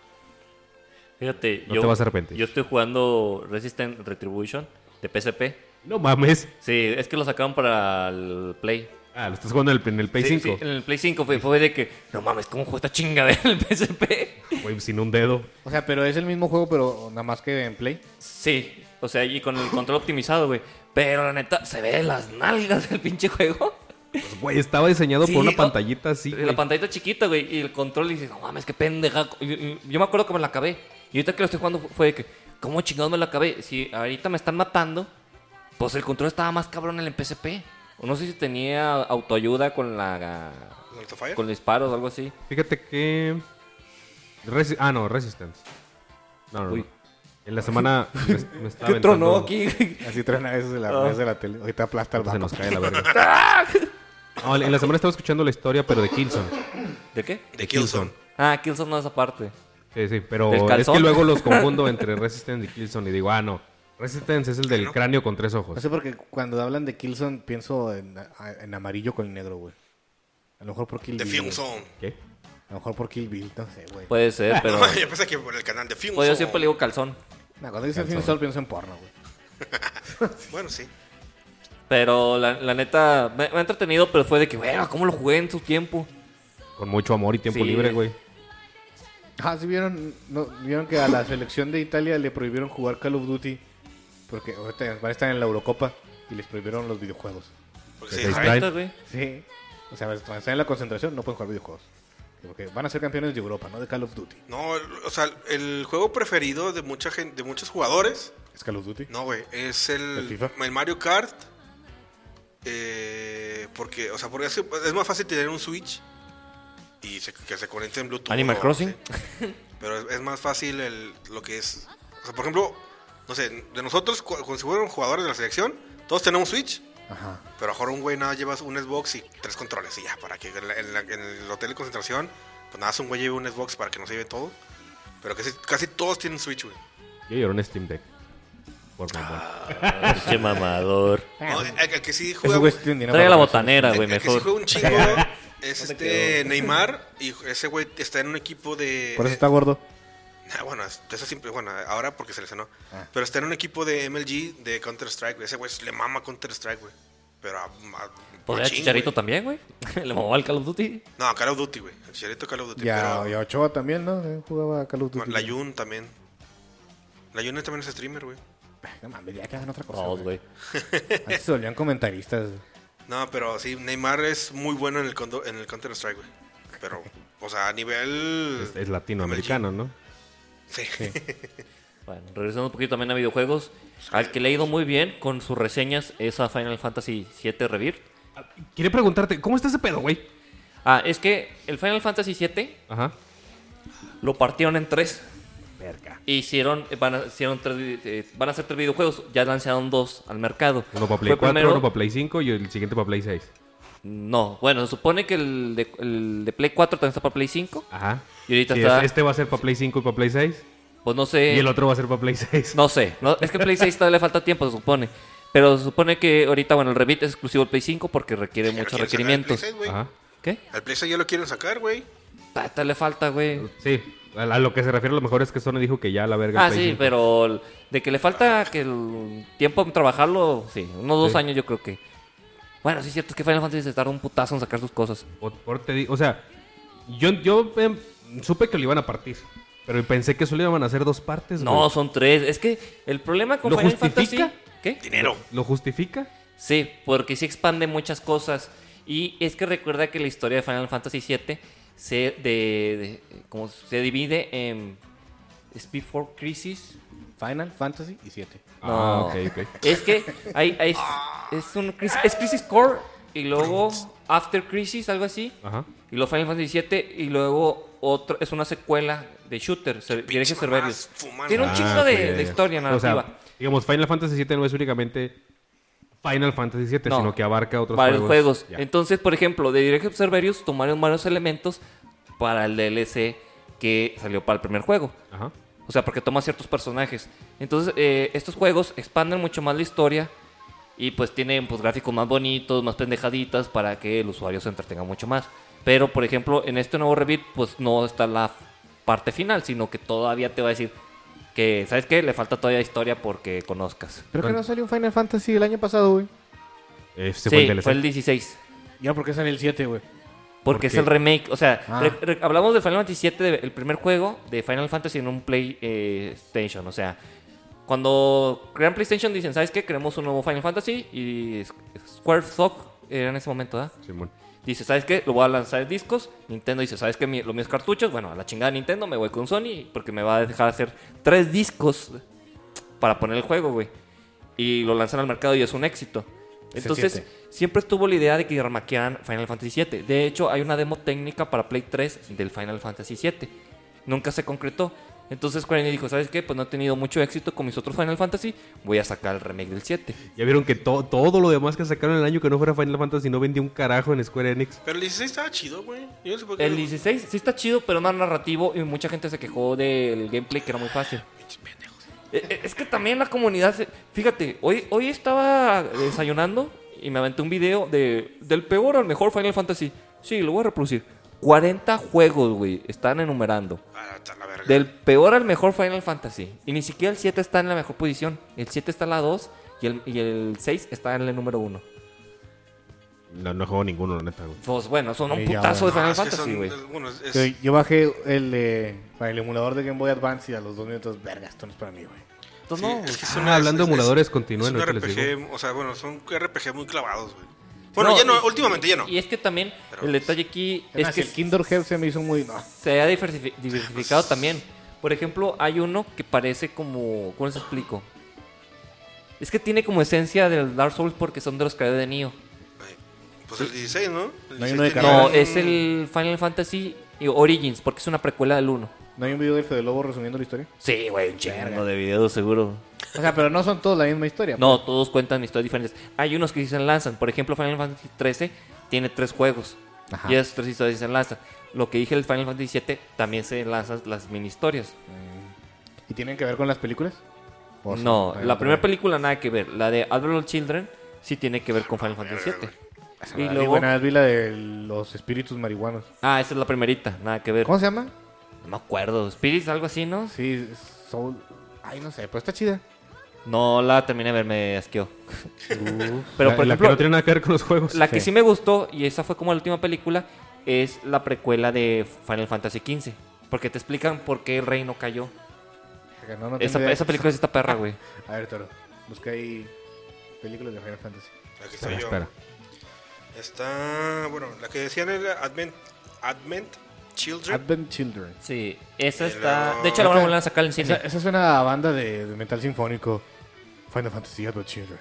S4: Fíjate,
S3: No te vas a arrepentir.
S4: Yo estoy jugando Resistant Retribution de PSP.
S3: No mames.
S4: Sí, es que lo sacaron para el Play.
S3: Ah, lo estás jugando en el, en el Play
S4: Sí,
S3: 5.
S4: sí, en el Play 5 fue, fue de que, no mames, ¿cómo juega esta chingadera en el PSP?
S3: Güey, sin un dedo.
S1: O sea, pero es el mismo juego, pero nada más que en Play.
S4: Sí, o sea, y con el control optimizado, güey. Pero la neta, se ve las nalgas del pinche juego.
S3: Pues, güey, estaba diseñado
S4: Sí,
S3: por una
S4: no.
S3: pantallita así,
S4: La
S3: güey.
S4: pantallita chiquita, güey. Y el control, y dices, no mames, qué pendeja. Y- y- Yo, me acuerdo que me la acabé. Y ahorita que lo estoy jugando fue de que, ¿cómo chingados me la acabé? Si ahorita me están matando, pues el control estaba más cabrón en el PSP. O no sé si tenía autoayuda con la.
S2: ¿Con el Fire?
S4: con disparos o algo así.
S3: Fíjate que... Resi- ah, no, Resistance. No, no, no.
S4: Uy.
S3: En la semana me, me estaba
S4: ¿Qué tronó
S3: aventando-
S4: aquí?
S1: Así traen a veces de la,
S4: Ah.
S1: de la tele. Ahorita aplasta el
S3: Se
S1: vato.
S3: nos cae la verga. No, en la semana estaba escuchando la historia, pero de Kilson.
S4: ¿De qué?
S2: De Killzone.
S4: Ah, Killzone no es aparte.
S3: Sí, sí, pero
S4: ¿Del
S3: es
S4: calzón?
S3: que luego los confundo entre Resistance y Killzone y digo, ah, no. Resistance es el del
S2: ¿No?
S3: cráneo con tres
S1: No
S3: ojos.
S1: sé por qué cuando hablan de Killzone pienso en, en amarillo con negro, güey. A lo mejor por Kill
S2: De
S1: Bill. güey.
S2: Filmzone.
S3: ¿Qué?
S1: A lo mejor por Kill Bill, no sé, güey.
S3: Pues,
S4: Puede ser, pero.
S2: yo pensé que por el canal de Filmzone.
S4: pues yo siempre le digo calzón.
S1: No, cuando dicen
S3: Calzón.
S1: Filmzone pienso en porno, güey.
S2: Bueno, sí.
S4: Pero la, la neta, me, me ha entretenido, pero fue de que, bueno, ¿cómo lo jugué en su tiempo?
S3: Con mucho amor y tiempo
S4: Sí.
S3: libre, güey.
S1: Ah, sí vieron, no, vieron que a la selección de Italia le prohibieron jugar Call of Duty porque ahorita van a estar en la Eurocopa y les prohibieron los videojuegos.
S2: Porque
S3: Sí,
S2: sí,
S3: ahí
S2: ajá.
S3: Right.
S4: Ahorita, güey.
S1: Sí. O sea, van a estar en la concentración, no pueden jugar videojuegos. Porque van a ser campeones de Europa, no de Call of Duty.
S2: No, el- o sea, el juego preferido de mucha gente, de muchos jugadores,
S1: ¿Es Call of Duty?
S2: no, güey, es el,
S1: ¿El FIFA?
S2: el Mario Kart. eh, porque, o sea, porque es, es más fácil tener un Switch y se- que se conecte en Bluetooth.
S4: Animal
S2: o-
S4: Crossing.
S2: sí. Pero es, es más fácil el, lo que es. O sea, por ejemplo, no sé, de nosotros, cu- cuando se fueron jugadores de la selección, todos tenemos Switch.
S1: Ajá.
S2: Pero mejor un güey nada llevas un Xbox y tres controles y ya, para que en, la- en la- en el hotel de concentración, pues nada más un güey lleve un Xbox para que no se lleve todo. Pero casi, casi todos tienen Switch, güey.
S3: Yo lloré en Steam Deck. Por mamón.
S4: Ah. Che mamador.
S2: No, el, el que sí juega,
S1: Esos güeyes tienen dinero
S4: Trae la
S1: para
S4: botanera,
S2: el-
S4: güey,
S2: el que sí
S4: mejor.
S2: juega un chingo es este Neymar y ese güey está en un equipo de...
S1: Por eso está gordo.
S2: Ah, bueno, es- eso siempre, bueno, ahora porque se lesionó.
S1: Ah.
S2: Pero está en un equipo de MLG de Counter-Strike, güey. Ese güey le mama Counter-Strike, güey. Pero a, a-
S4: Podría
S2: machín,
S4: Chicharito
S2: güey.
S4: también, güey. Le mamó al Call of Duty.
S2: No, Call of Duty, güey. El Chicharito Call of Duty.
S1: Y a,
S2: pero-
S1: y a Ochoa también, ¿no? Él Jugaba a Call of Duty.
S2: La Yun también. La Yun también es streamer, güey.
S1: Ay, No mames, ya que hagan otra cosa.
S4: Todos,
S1: güey.
S4: güey.
S1: Antes se volvían comentaristas.
S2: No, pero sí, Neymar es muy bueno en el, condo- en el Counter Strike, güey. Pero, o sea, a nivel.
S3: Es, es latinoamericano, ¿no?
S2: Sí.
S4: Bueno, regresando un poquito también a videojuegos. Al que le ha ido muy bien con sus reseñas es a Final Fantasy VII Rebirth.
S3: Quería preguntarte, ¿cómo está ese pedo, güey?
S4: Ah, es que el Final Fantasy VII
S3: Ajá.
S4: lo partieron en tres.
S3: Verga.
S4: Hicieron, eh, van a, hicieron tres, vi- eh, van a hacer tres videojuegos. Ya lanzaron dos al mercado.
S3: Uno para Play
S4: Fue
S3: 4,
S4: primero-
S3: uno para Play 5 y el siguiente para Play 6.
S4: No, bueno, se supone que el de, el de Play 4 también está para Play 5.
S3: Ajá.
S4: Y ahorita
S3: Sí,
S4: está-
S3: Este va a ser para Play 5 y para Play 6.
S4: Pues no sé.
S3: y el otro va a ser para Play 6.
S4: No sé. no- es que Play 6 todavía le falta tiempo, se supone. Pero se supone que ahorita, bueno, el Revit es exclusivo del Play 5 porque requiere
S2: Ya lo
S4: muchos
S2: quieren sacar al Play
S4: requerimientos.
S2: 6, güey.
S3: Ajá.
S4: ¿Qué?
S2: Al Play 6 ya lo quieren sacar, güey.
S4: Tata le falta, güey.
S3: Sí, a, a lo que se refiere a lo mejor es que Sony dijo que ya la verga. el
S4: Ah,
S3: Play
S4: sí,
S3: 5.
S4: pero el- de que le falta que el tiempo en trabajarlo, sí, unos dos
S3: Sí.
S4: años yo creo que. Bueno, sí es cierto, es que Final Fantasy se tarda un putazo en sacar sus cosas.
S3: O, por te di- o sea, yo, yo em, supe que lo iban a partir. Pero pensé que solo iban a hacer dos partes.
S4: No,
S3: güey.
S4: son tres. Es que el problema con
S3: ¿Lo
S4: Final
S3: justifica?
S4: Fantasy. ¿Qué?
S2: Dinero.
S3: ¿Lo justifica?
S4: Sí, porque sí expande muchas cosas. Y es que recuerda que la historia de Final Fantasy VII se, de, de- como se divide en Speed for Crisis.
S1: Final Fantasy y 7.
S3: Ah,
S4: No.
S3: ok, ok.
S4: Es que hay, hay- es, un crisis, es Crisis Core y luego After Crisis, algo así.
S3: Ajá.
S4: Y luego Final Fantasy VII y luego otro, es una secuela de Shooter, se, dirige
S2: mamás
S4: Cerberus.
S2: fuman.
S4: Tiene un
S3: Ah,
S4: chingo de,
S3: ok, ya,
S4: de
S3: ya.
S4: historia
S3: O sea,
S4: narrativa.
S3: digamos, Final Fantasy VII no es únicamente Final Fantasy VII,
S4: No.
S3: sino que abarca otros
S4: varios juegos.
S3: Ya.
S4: Entonces, por ejemplo, de Direct Observerius tomaron varios elementos para el DLC que salió para el primer juego.
S3: Ajá.
S4: O sea, porque toma ciertos personajes. Entonces, eh, estos juegos expanden mucho más la historia y pues tienen pues, gráficos más bonitos, más pendejaditas para que el usuario se entretenga mucho más. Pero, por ejemplo, en este nuevo Revit, pues no está la parte final, sino que todavía te va a decir que, ¿sabes qué? Le falta todavía historia porque conozcas.
S1: Pero que
S3: Con-
S1: no salió un Final Fantasy el año pasado, güey.
S3: Ese
S4: sí,
S3: fue el DLC.
S4: fue el 16.
S1: ¿Y ahora por qué sale el 7, güey?
S4: Porque
S3: Porque-
S4: es el remake. O sea,
S1: Ah.
S4: re- re- hablamos de Final Fantasy VII, de- el primer juego de Final Fantasy en un PlayStation. O sea, cuando crean PlayStation dicen, ¿sabes qué? Queremos un nuevo Final Fantasy y S- Squaresoft era en ese momento, ¿verdad?
S3: Simón.
S4: Dice, ¿sabes qué? Lo voy a lanzar en discos. Nintendo dice, ¿sabes qué? Mi- Lo mío es cartuchos. Bueno, a la chingada Nintendo me voy con Sony porque me va a dejar hacer tres discos para poner el juego, güey. Y lo lanzan al mercado y es un éxito.
S1: Ese
S4: Entonces,
S1: siete.
S4: siempre estuvo la idea de que remaquearan Final Fantasy VII. De hecho, hay una demo técnica para Play 3 del Final Fantasy VII. Nunca se concretó. Entonces, Square Enix dijo, ¿sabes qué? Pues no he tenido mucho éxito con mis otros Final Fantasy. Voy a sacar el remake del 7.
S3: Ya vieron que to- todo lo demás que sacaron el año que no fuera Final Fantasy no vendía un carajo en Square Enix.
S2: Pero el 16 estaba chido, güey. Yo no sé por qué.
S4: El 16 sí está chido, pero no narrativo y mucha gente se quejó del gameplay que era muy fácil. Eh, eh, Es que también la comunidad, se- fíjate, hoy, hoy estaba desayunando y me aventé un video de, del peor al mejor Final Fantasy. Sí, lo voy a reproducir. 40 juegos, güey, están enumerando.
S2: Ah, está la verga.
S4: Del peor al mejor Final Fantasy. Y ni siquiera el 7 está en la mejor posición. El 7 está en la 2 y el, y el 6 está en el número 1.
S3: No, no juego ninguno, la neta, güey.
S4: Pues bueno, son un
S1: Sí, ya,
S4: putazo de
S2: No,
S4: Final
S2: es que
S4: Fantasy,
S2: son-
S4: güey.
S2: es- Bueno, es- es-
S1: Yo, yo bajé el, eh, para el emulador de Game Boy Advance y a los dos minutos, verga, esto no es para mí, güey.
S4: Entonces,
S2: sí,
S4: Pues no,
S2: es que es
S3: Ah,
S2: una-
S3: hablando de
S2: es- es-
S3: emuladores, continúen,
S2: Es un
S3: ahorita les
S2: RPG, o sea, bueno, son RPG muy clavados, güey. Bueno, ya no,
S4: y-
S2: últimamente ya no.
S4: Y es que también
S2: Pero-
S4: el detalle aquí
S1: Es
S4: es que
S1: el Kinder Health se me hizo muy. No.
S4: se ha diversifi- diversificado también. Por ejemplo, hay uno que parece como. ¿Cómo se explico? Es que tiene como esencia del Dark Souls porque son de los creadores de Nio.
S2: Ay, Pues el 16, ¿no?
S1: No
S2: El
S1: hay
S2: 16
S1: uno de
S2: tenía
S4: No,
S1: Claro.
S2: un-
S4: es el Final Fantasy y Origins porque es una precuela del 1.
S1: ¿No hay un video del Fede Lobo resumiendo la historia?
S4: Sí, güey, un chingo de videos seguro.
S1: O sea, pero no son todos la misma historia.
S4: No, todos cuentan historias diferentes. Hay unos que sí se enlazan. Por ejemplo, Final Fantasy XIII tiene tres juegos.
S1: Ajá.
S4: Y esas tres historias se enlazan. Lo que dije el Final Fantasy VII también se enlazan las mini historias.
S1: ¿Y tienen que ver con las películas? ¿O
S4: no,
S1: son-
S4: la primera película nada que ver. La de Adult Children sí tiene que ver con Final Fantasy
S2: verga,
S4: VII. Y
S1: Ah,
S4: luego.
S1: Buena vi la de los espíritus marihuanos.
S4: Ah, esa es la primerita, nada que ver.
S1: ¿Cómo se llama?
S4: No me acuerdo. Spirits, algo así, ¿no?
S1: Sí, Soul. Ay, no sé, pero está chida.
S4: No la terminé de ver, me asqueó. Pero,
S3: La-
S4: por
S3: la que
S4: ejemplo,
S3: no tiene nada que ver con los juegos.
S4: La que
S1: Sí.
S4: sí me gustó, y esa fue como la última película, es la precuela de Final Fantasy XV. Porque te explican por qué el reino cayó.
S1: Porque no, no tengo
S4: Esa,
S1: idea.
S4: esa película es esta perra, güey.
S1: A ver, Toro, busca ahí películas de Final Fantasy.
S2: Aquí estoy
S3: Espera,
S2: yo.
S3: espera.
S2: Está, bueno, la que decían era Advent, Advent Children.
S1: Advent Children.
S4: Sí, esa
S2: Pero-
S4: está... De hecho, la van a volver a sacar en
S1: Esa,
S4: cine.
S1: esa suena a banda de, de metal sinfónico. Final Fantasy Advent Children.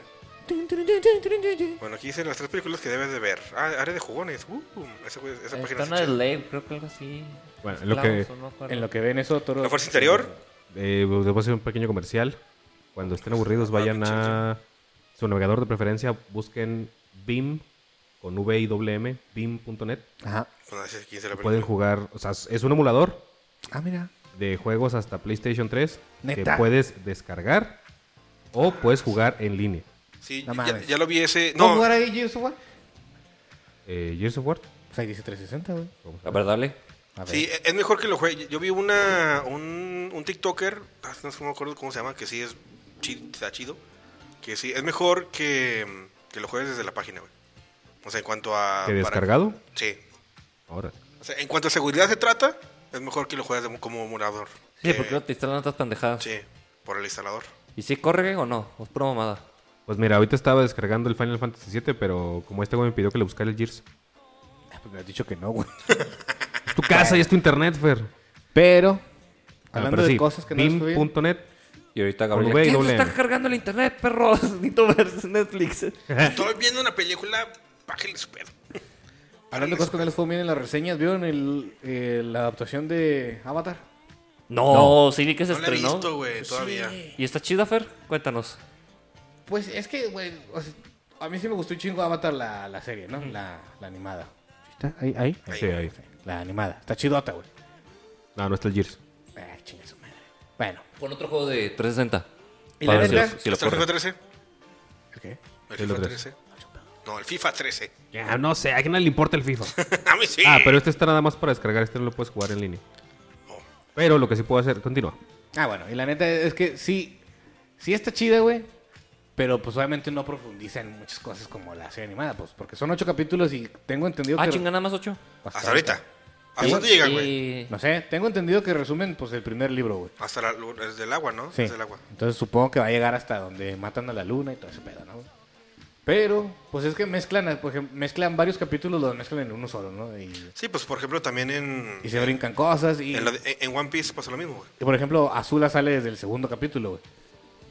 S2: bueno, aquí dicen las tres películas que debes de ver. Ah, área de jugones. Uh, esa, güey- esa página está
S4: Está una de
S2: chida.
S4: Slave, creo que algo así.
S3: Bueno, en lo
S4: Esclavos,
S3: que-
S4: o no me acuerdo.
S1: En lo que ven eso, Toro.
S2: La fuerza interior.
S3: Eh, pues, debo hacer un pequeño comercial. Cuando estén aburridos, vayan a su navegador de preferencia, busquen BIM con V y doble M, BIM.net.
S1: Ajá.
S2: Bueno, así es 15 la
S3: Pueden
S2: película.
S3: jugar, o sea, es un emulador
S1: Ah, mira.
S3: de juegos hasta PlayStation 3
S1: ¿Neta?
S3: que puedes descargar o puedes jugar en línea.
S2: Sí,
S1: No
S2: ya,
S1: mames.
S2: ya lo vi ese.
S1: ¿Cómo
S2: No,
S1: jugar ahí, Gears of War?
S3: Eh, Gears of War.
S1: Pues ahí dice 360, güey.
S4: A ver, dale.
S1: A ver.
S2: Sí, e, es mejor que lo juegue. Yo vi una un, un TikToker, ah, no sé cómo me acuerdo cómo se llama, que sí es chi- está chido. Que sí, es mejor que, que lo juegues desde la página, güey. O sea, en cuanto a...
S3: ¿Que
S2: para-
S3: descargado?
S2: Sí.
S3: Ahora.
S2: O sea, en cuanto a seguridad se trata, es mejor que lo juegues de- como morador.
S4: Sí, porque no te instalan otras pendejadas.
S2: Sí, por el instalador.
S4: ¿Y si corre o no? ¿O es pura mamada?
S3: Pues mira, ahorita estaba descargando el Final Fantasy VII, pero como este güey me pidió que le buscara el Gears.
S1: Ah, pues me has dicho que no, güey.
S3: Es tu casa y es tu internet, Fer.
S1: Pero,
S3: Ah,
S1: hablando
S3: pero
S1: de
S3: sí,
S1: cosas que no estoy bien.
S3: BIM.net.
S4: Y ahorita
S3: Con
S4: Gabriel...
S3: V y
S4: ¿Quién se
S3: doble
S4: está
S3: M.
S4: cargando el internet, perros? Ni tú ves Netflix.
S2: Estoy viendo una película, bájale su pedo.
S1: Hablando de cosas que no les fue bien en las reseñas, ¿vieron el, eh, la adaptación de Avatar?
S4: No, sí, vi que se
S2: No la he
S4: estrenó.
S2: visto, güey, todavía.
S4: ¿Y está chida, Fer? Cuéntanos.
S1: Pues es que, güey, o sea, a mí sí me gustó un chingo Avatar la, la serie, ¿no? La, la animada. ¿Está ahí? ahí?
S3: Sí, ahí.
S1: La animada. Está chidota, güey.
S3: No, no está el Gears.
S1: Ah, chinga su madre. Bueno.
S4: Con otro juego de 360.
S1: ¿Y la
S4: Padre,
S1: neta?
S4: si lo- si lo
S2: ¿Está el
S4: corre.
S2: FIFA 13?
S1: ¿Qué?
S2: El
S3: El
S2: FIFA
S3: otro.
S2: 13. No, el FIFA 13.
S3: Ya, no sé, a quién le importa el FIFA.
S2: A mí sí.
S3: Ah, pero este está nada más para descargar, este no lo puedes jugar en línea.
S2: Oh.
S3: Pero lo que sí puedo hacer, continúa.
S1: Ah, bueno. Y la neta es que sí, sí está chida, güey. Pero pues obviamente no profundiza en muchas cosas como la serie animada, pues porque son ocho capítulos y tengo entendido
S4: Ah,
S1: que...
S4: chinga, nada más 8.
S2: Hasta ahorita. ¿Hasta dónde llegan, güey?
S1: No sé, tengo entendido que resumen pues el primer libro, güey.
S2: Hasta la, lo- desde el agua, ¿no?
S1: Sí.
S2: Desde el agua.
S1: Entonces supongo que va a llegar hasta donde matan a la luna y todo ese pedo, ¿no? Pero, pues es que mezclan, por ejemplo, mezclan varios capítulos, los mezclan en uno solo, ¿no? Y,
S2: Sí, pues por ejemplo también en,
S1: y se brincan cosas. Y,
S2: en, la de- en One Piece pasó lo mismo, güey.
S1: y, por ejemplo, Azula sale desde el segundo capítulo, güey.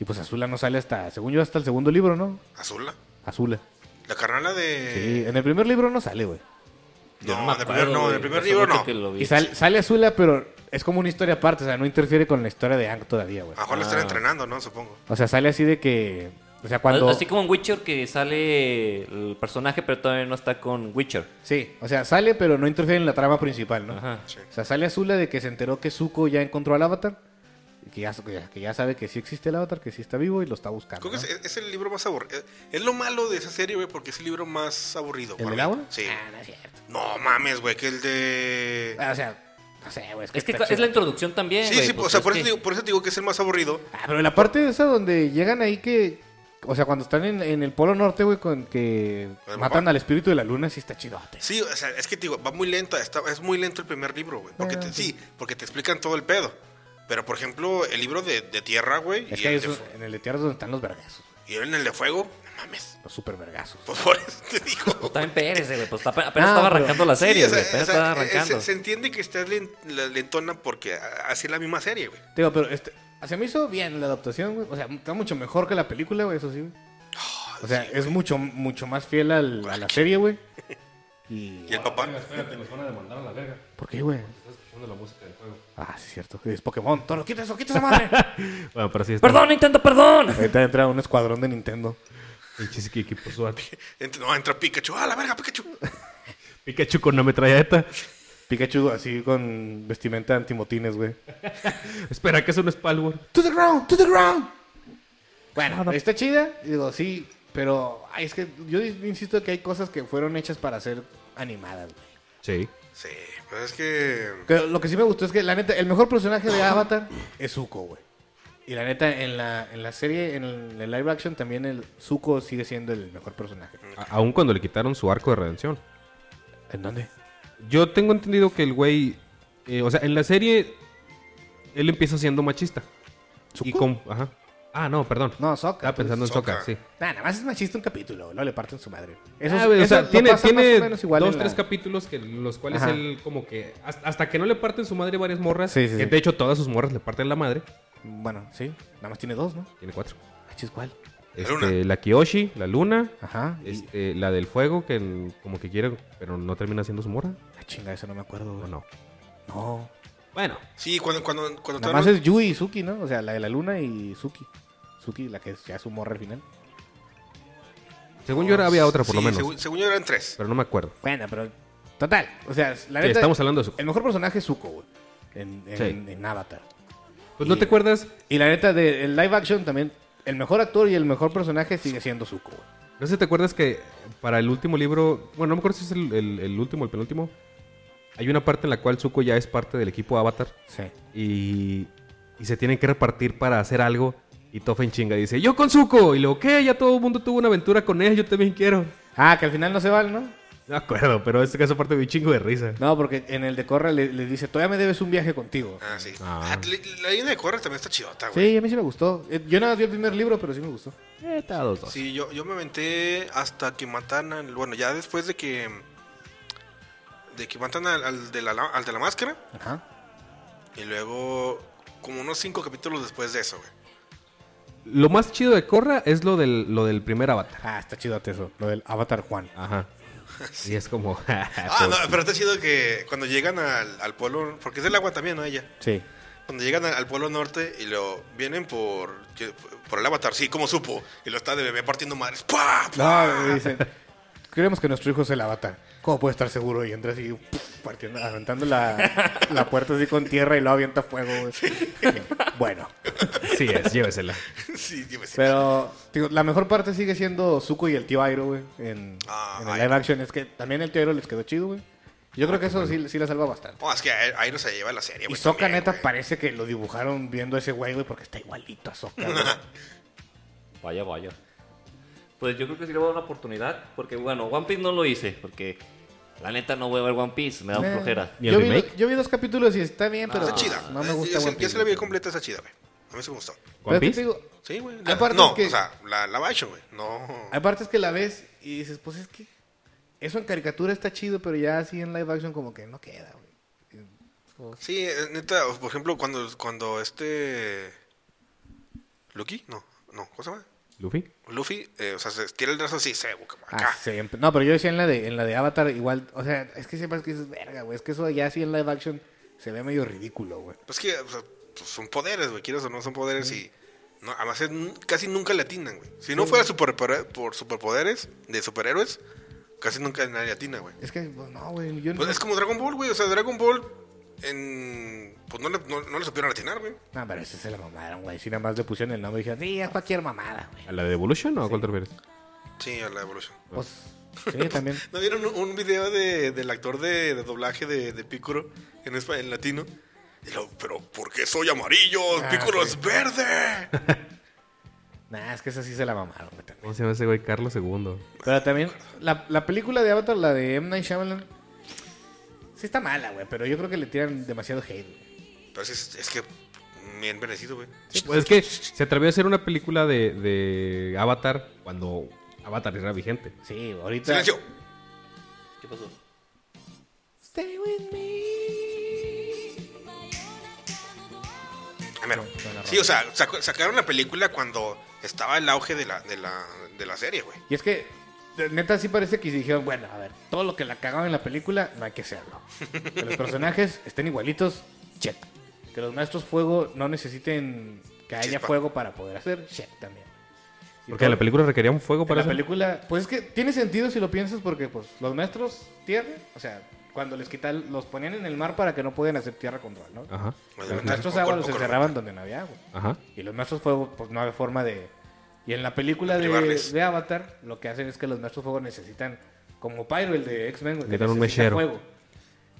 S1: Y pues Azula no sale hasta, según yo, hasta el segundo libro, ¿no?
S2: Azula.
S1: Azula.
S2: La carnala
S1: Sí,
S2: de...
S1: en el primer libro no sale, güey.
S2: No, en el primer, no, en el primer libro no.
S1: Y sal- sale Azula, pero es como una historia aparte, o sea, no interfiere con la historia de Ang todavía, güey.
S2: A lo mejor la están entrenando, ¿no? Supongo.
S1: O sea, sale así de que. O sea, cuando.
S4: Así como en Witcher que sale el personaje, pero todavía no está con Witcher.
S1: Sí, o sea, sale, pero no interfiere en la trama principal, ¿no?
S4: Ajá.
S2: Sí.
S1: O sea, sale Azula de que se enteró que Zuko ya encontró al avatar. y Que ya, que ya- que ya sabe que sí existe el avatar, que sí está vivo y lo está buscando.
S2: Creo que
S1: ¿no?
S2: es, es el libro más aburrido. Es lo malo de esa serie, güey, porque es el libro más aburrido.
S1: ¿El
S2: para
S1: del
S2: mí.
S1: agua?
S2: Sí.
S1: Ah, no es cierto.
S2: No mames, güey, que el de...
S1: Ah, o sea, no sé, güey. Es que,
S4: Es que
S1: está
S4: es la
S1: chido.
S4: introducción también.
S2: Sí,
S4: güey,
S2: sí,
S4: pues,
S2: o sea,
S4: es
S2: por eso,
S4: que-
S2: digo, por eso te digo que es el más aburrido.
S1: Ah, pero la parte de esa donde llegan ahí que. O sea, cuando están en, en el Polo Norte, güey, con que
S2: Bueno,
S1: matan
S2: va.
S1: al espíritu de la luna, sí está chidote.
S2: Sí, o sea, es que te digo, va muy lenta, está, es muy lento el primer libro, güey. Porque
S1: Bueno,
S2: te-
S1: sí.
S2: sí, porque te explican todo el pedo. Pero, por ejemplo, el libro de, de Tierra, güey.
S1: Es
S2: y
S1: que ahí
S2: el
S1: es
S2: de
S1: un- en el de tierra es donde están los vergazos. güey.
S2: Y en el de fuego, no mames. Pues,
S1: Los super vergazos.
S2: Por favor, te digo.
S4: También Pérez, güey. Pues está-
S1: Ah,
S4: apenas estaba
S1: pero-
S4: arrancando la serie,
S2: Sí, o sea,
S4: güey. Apenas
S2: o sea,
S4: estaba
S2: Se,
S4: arrancando.
S2: se entiende que está len- la lentona porque a- así es la misma serie, güey.
S1: Te Digo, pero este, se me hizo bien la adaptación, güey. O sea, está mucho mejor que la película, güey, eso sí, güey. O sea, es mucho, mucho más fiel al- a la serie, güey. Y...
S2: Y el papá.
S3: Espérate, nos van a demandar a la verga.
S1: ¿Por qué, güey?
S3: Estás escuchando la música del juego.
S1: Ah, sí, es cierto. Es Pokémon. Toro, quita eso, quita esa madre.
S3: Bueno, pero sí está.
S4: ¡Perdón, Nintendo, perdón!
S1: Ahorita entra un escuadrón de Nintendo.
S3: Pinches que que puso a
S2: Ent- no, entra Pikachu. ¡Ah, la verga, Pikachu!
S3: Pikachu con una metralleta.
S1: Pikachu así con vestimenta antimotines, güey.
S3: Espera, que eso no es Palworld.
S1: ¡To the ground! ¡To the ground! Bueno, está chida. Digo, sí, pero ay, es que yo insisto que hay cosas que fueron hechas para ser animadas, güey.
S3: Sí.
S2: Sí, pues es que.
S1: Que lo que sí me gustó es que, la neta, el mejor personaje de Avatar es Zuko, güey. Y la neta, en la, en la serie, en el, en el live action, también el Zuko sigue siendo el mejor personaje.
S3: aún cuando le quitaron su arco de redención.
S1: ¿En dónde?
S3: Yo tengo entendido que el güey. eh, o sea, en la serie. Él empieza siendo machista. Y
S1: ¿Zuko?
S3: con, ajá. Ah, no, perdón.
S1: No, Sokka. tú dices.
S3: Estaba Ah, pensando en
S2: Sokka.
S3: Sokka, sí.
S1: Nah, nada más es machista un capítulo, güey, no le parten su madre. Eso,
S3: Ah, güey, o
S1: eso
S3: sea,
S1: lo
S3: tiene,
S1: pasa
S3: tiene
S1: más o menos igual
S3: dos,
S1: en
S3: tres
S1: la-
S3: capítulos que los cuales
S1: Ajá.
S3: él como que... Hasta, hasta que no le parten su madre varias morras.
S1: Sí, sí,
S3: que
S1: sí.
S3: de hecho todas sus morras le parten la madre.
S1: Bueno, sí, nada más tiene dos, ¿no?
S3: Tiene cuatro.
S1: Ah, chis, ¿cuál?
S2: La
S3: Este,
S2: luna.
S3: la Kiyoshi, la luna,
S1: Ajá. y-
S3: este, la del fuego, que en- como que quiere, pero no termina siendo su morra.
S1: Ah, chinga, eso no me acuerdo,
S3: ¿O
S1: güey.
S3: no?
S1: No.
S3: Bueno,
S2: Sí, cuando. cuando, cuando
S1: Nada
S2: te
S1: más
S2: hablan-
S1: es Yui y Suki, ¿no? O sea, la de la luna y Suki. Suki, la que es- ya es su morra al final.
S3: según yo era- había otra por lo
S2: Sí,
S3: menos.
S2: Según, según yo eran tres.
S3: Pero no me acuerdo.
S1: Bueno, pero. Total. O sea, la
S3: Sí,
S1: neta.
S3: estamos hablando de su...
S1: El mejor personaje es Zuko, güey. En, en-
S3: Sí.
S1: en Avatar.
S3: Pues no te acuerdas,
S1: Y la neta, del live action también. El mejor actor y el mejor personaje sigue siendo Zuko, güey.
S3: no sé si te acuerdas que para el último libro, bueno, no me acuerdo si es el, el- el último o el penúltimo, hay una parte en la cual Zuko ya es parte del equipo Avatar
S1: Sí.
S3: y, y se tienen que repartir para hacer algo y Toffen chinga dice, yo con Zuko, y luego, ¿qué? Ya todo el mundo tuvo una aventura con él, yo también quiero.
S1: Ah, que al final no se vale, ¿no?
S3: No me acuerdo, pero en este caso parte de un chingo de risa.
S1: No, porque en el de Corra le, le dice, todavía me debes un viaje contigo.
S2: Ah, sí.
S3: Ah.
S2: Ah, la- la línea de correr también está chidota, güey.
S1: sí, a mí sí me gustó. Eh, Yo nada más vi el primer libro, pero sí me gustó.
S3: Eh, está dos, dos.
S2: Sí, yo, yo me aventé hasta que matan al, bueno, ya después de que de que matan al, al de, la, al de la máscara
S1: Ajá.
S2: y luego como unos cinco capítulos después de eso, güey.
S3: Lo más chido de Korra es lo del, lo del primer Avatar.
S1: Ah, está chido eso, lo del Avatar Juan.
S3: Ajá. Y es como... pues
S2: Ah, no, pero está chido que cuando llegan al, al polo, porque es el agua también, ¿no? Ella.
S1: Sí.
S2: Cuando llegan al, al polo norte y lo vienen por, que- por el avatar, sí, como supo, y lo está de bebé partiendo madres. ¡Pah!
S1: No, y dicen, creemos que nuestro hijo es el Avatar. ¿Cómo puede estar seguro? Y entra así, puf, partiendo, aventando la, la puerta así con tierra y lo avienta fuego. güey. Bueno.
S3: Sí es, llévesela.
S2: sí, yo me sé.
S1: Pero digo, la mejor parte sigue siendo Zuko y el tío Airo, güey. En,
S2: Ah,
S1: en el
S2: Iroh.
S1: live action. Es que también el tío Airo les quedó chido, güey. Yo creo que eso sí, sí la salva bastante.
S2: No, es que ahí ahí no se lleva la serie,
S1: Y
S2: güey,
S1: Sokka,
S2: también,
S1: neta,
S2: güey.
S1: parece que lo dibujaron viendo a ese güey, güey, porque está igualito a Sokka, güey.
S4: Vaya, vaya. Pues yo creo que sí le voy a dar una oportunidad. Porque, bueno, One Piece no lo hice. Porque la neta no voy a ver One Piece. Me da
S1: Eh,
S4: flojera.
S3: ¿Y el
S1: yo, vi,
S3: remake?
S1: yo vi dos capítulos y está bien, pero
S2: Ah, Está chida.
S1: no me gusta.
S2: Si
S1: One
S2: empieza
S1: Piece,
S2: la vida
S1: güey.
S2: completa, está chida, güey. A mí sí me gustó.
S1: Pero
S3: ¿One
S1: es que
S3: Piece?
S1: te digo,
S2: Sí, güey. la-
S1: Aparte
S2: No,
S1: es que-
S2: o sea, la, la baixo, güey. No.
S1: Hay partes que la ves y dices, pues es que eso en caricatura está chido, pero ya así en live action como que no queda, güey.
S2: Sí, eh, neta, por ejemplo, cuando, cuando este. Lucky, no, no, ¿cómo se llama?
S3: ¿Luffy?
S2: Luffy, eh, o sea, se tira el brazo así, se güey, como
S1: Ah,
S2: acá.
S1: siempre. No, pero yo decía en la de en la de Avatar igual, o sea, es que siempre es que dices, verga, güey, es que eso ya así en live action se ve medio ridículo, güey.
S2: Pues que o sea, pues son poderes, güey, quieras o no, son poderes y. No, además, es- casi nunca le atinan, güey. Si no fuera super, por superpoderes de superhéroes, casi nunca nadie le atina, güey.
S1: Es que pues, no, güey, yo no-
S2: Pues es como Dragon Ball, güey. O sea, Dragon Ball, en... pues no le, no, no le supieron atinar, güey.
S1: No, pero esa se la mamaron, güey. Si nada más le pusieron el nombre y dijeron, sí, es cualquier mamada, güey.
S3: ¿A la de Evolution o a cuál te refieres?
S2: Sí, a la evolución.
S1: Pues sí, también.
S2: ¿No vieron un, un video de, del actor de, de doblaje de, de Piccolo en, espa- en latino? Y luego, pero ¿por qué soy amarillo?
S1: Ah,
S2: ¡Piccolo
S1: sí.
S2: es verde!
S1: Nah, es que esa sí se la mamaron, güey. también.
S3: ¿Cómo se llama ese güey? Carlos II.
S1: Pero también, la, la película de Avatar, la de M. Night Shyamalan, sí está mala, güey, pero yo creo que le tiran demasiado hate, güey.
S2: Pero sí, es, es que bien merecido, güey.
S3: Pues es que se atrevió a hacer una película de, de Avatar cuando Avatar era vigente.
S1: Sí, ahorita.
S2: Silencio.
S4: ¿Qué pasó?
S1: Stay with me.
S2: Ah, mero. Sí, o sea, sacó- sacaron la película cuando estaba el auge de la, de la, de la serie, güey.
S1: Y es que, de- neta, sí parece que dijeron, bueno, a ver, todo lo que la cagaron en la película, no hay que hacerlo. Que los personajes estén igualitos, check. Que los maestros fuego no necesiten que haya
S2: Chispa.
S1: fuego para poder hacer, check también. Y
S3: Porque
S1: todo-
S3: la película requería un fuego
S1: en
S3: para
S1: la
S3: hacer-
S1: película, pues es que tiene sentido si lo piensas porque pues los maestros tierra, o sea, cuando les quitan, los ponían en el mar para que no pudieran hacer tierra control, ¿no?
S3: Ajá.
S2: Bueno,
S1: Los
S2: bueno,
S1: maestros
S2: con-
S1: agua
S2: con-
S1: los
S2: con-
S1: encerraban donde no había agua.
S3: Ajá.
S1: Y los maestros fuego, pues no había forma de. Y en la película de,
S2: Privarles.
S1: de Avatar, lo que hacen es que los maestros fuego necesitan, como Pyro, el de X-Men, güey, que
S3: Necesitan un
S1: necesita
S3: mechero.
S1: fuego.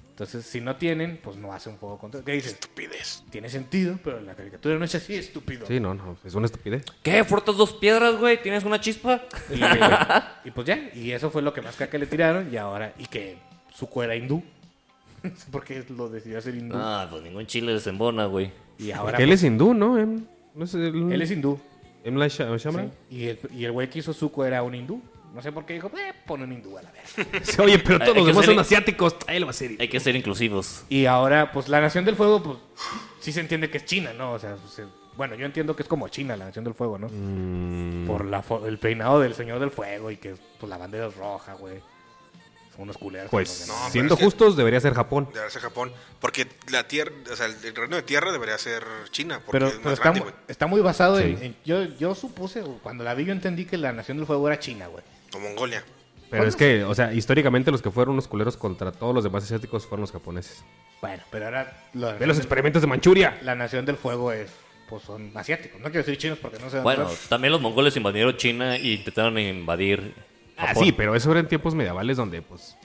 S1: Entonces, si no tienen, pues no hacen fuego contra. ¿Qué dices?
S2: Estupidez.
S1: Tiene sentido, pero en la caricatura no es así, estúpido.
S3: Sí, no, no. Es una estupidez.
S4: ¿Qué? ¿Frotas dos piedras, güey? ¿Tienes una chispa?
S1: Y, y pues ya, y eso fue lo que más caca le tiraron, y ahora, y que su cuera era hindú. Porque lo decidió hacer hindú.
S4: Ah, pues ningún chile desembona, güey.
S1: Y ahora
S3: Porque él
S1: pues,
S3: es hindú, ¿no? Em- no es el-
S1: él es hindú.
S3: Em Night Shy- Shyamalan.
S1: Y el y el güey que hizo Zuko era un hindú. No sé por qué dijo, eh, pon un hindú a la verga.
S3: Sí, Oye, pero todos los
S4: Hay que
S3: demás
S4: hacer-
S3: son asiáticos. Él va a ser.
S4: Hay que ser inclusivos.
S1: Y ahora, pues la Nación del Fuego, pues sí se entiende que es China, ¿no? O sea, pues, se- bueno, yo entiendo que es como China la Nación del Fuego, ¿no?
S2: Mm.
S3: Mm,
S1: Por la fo- el peinado del Señor del Fuego y que pues, la bandera es roja, güey. Son unos culeros.
S3: Pues,
S1: que
S2: No, pero
S3: siendo
S2: es que-
S3: justos, debería ser Japón.
S2: Debería ser Japón. Porque la tierra, o sea, el, el reino de tierra debería ser China. Porque
S1: Pero,
S2: es más
S1: pero está,
S2: grande,
S1: mu-
S2: güey.
S1: está muy basado en,
S3: Sí.
S1: en- Yo, yo supuse, o cuando la vi, yo entendí que la Nación del Fuego era China, güey.
S2: O Mongolia.
S3: Pero es que, o sea, históricamente los que fueron unos culeros contra todos los demás asiáticos fueron los japoneses.
S1: Bueno, pero ahora la,
S3: Ve los experimentos de Manchuria.
S1: la Nación del Fuego es. Pues son asiáticos. No quiero decir chinos porque no se dan
S4: Bueno, también los mongoles invadieron China y intentaron invadir.
S3: Ah,
S4: Japón.
S3: sí, pero eso era en tiempos medievales donde, pues,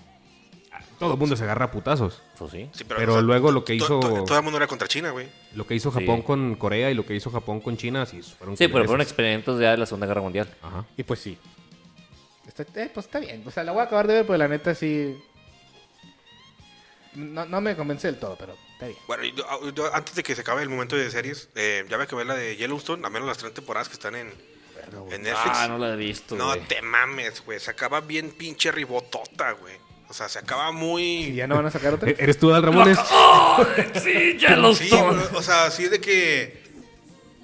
S3: ah, todo el mundo se agarra a putazos.
S4: Pues sí.
S2: Sí,
S3: Pero luego lo que
S2: to-
S3: hizo-
S2: to- Todo el mundo era contra China, güey.
S3: Lo que hizo
S4: Sí.
S3: Japón con Corea y lo que hizo Japón con China, sí, fueron
S4: Sí, pero
S3: culereses.
S4: fueron experimentos ya de la Segunda Guerra Mundial.
S3: Ajá.
S1: Y pues sí. Está, eh, pues está bien. O sea, la voy a acabar de ver, pero la neta sí. No, no me convence del todo, pero está bien.
S2: Bueno, y yo- ah, yo- antes de que se acabe el momento de series, eh, ya me acabé la de Yellowstone, al menos las tres temporadas que están en, en Netflix.
S4: Ah,
S2: no
S4: no la he visto, güey.
S2: te mames, güey. Se acaba bien pinche ribotota, güey. O sea, se acaba
S1: ¿Y
S2: muy.
S1: ya no van a sacar otra?
S3: E- ¿Eres tú, Dal Ramones?
S4: Sí, ya los
S2: Sí, güey, o sea, así de que.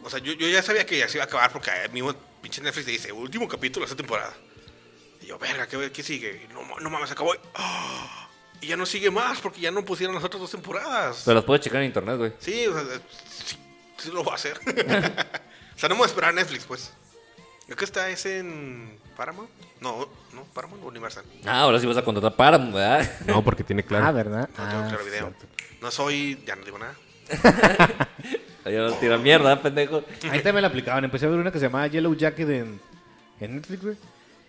S2: O sea, yo, yo ya sabía que ya se iba a acabar porque el mismo pinche Netflix te dice: último capítulo de esta temporada. Y yo, verga, ¿qué, qué sigue? No, ma- no mames, se acabó. ¡Ah! Y ya no sigue más porque ya no pusieron las otras dos temporadas.
S4: Pero las puedes checar en internet, güey.
S2: Sí, o sea, eh, sí, sí lo va a hacer. o sea, no me voy a esperar a Netflix, pues. Creo que está es en Paramount. No, no, Paramount o Universal. No
S4: Ah, ahora sí vas a contratar para, ¿verdad?
S3: No, porque tiene
S1: Ah,
S3: claro.
S1: ¿verdad?
S2: tengo
S1: Ah,
S2: claro video.
S1: cierto.
S2: No soy, ya no digo nada.
S4: Ahí ahora tira mierda, pendejo.
S1: Ahí también la aplicaban. Empecé a ver una que se llamaba Yellow Jacket en, en Netflix, güey.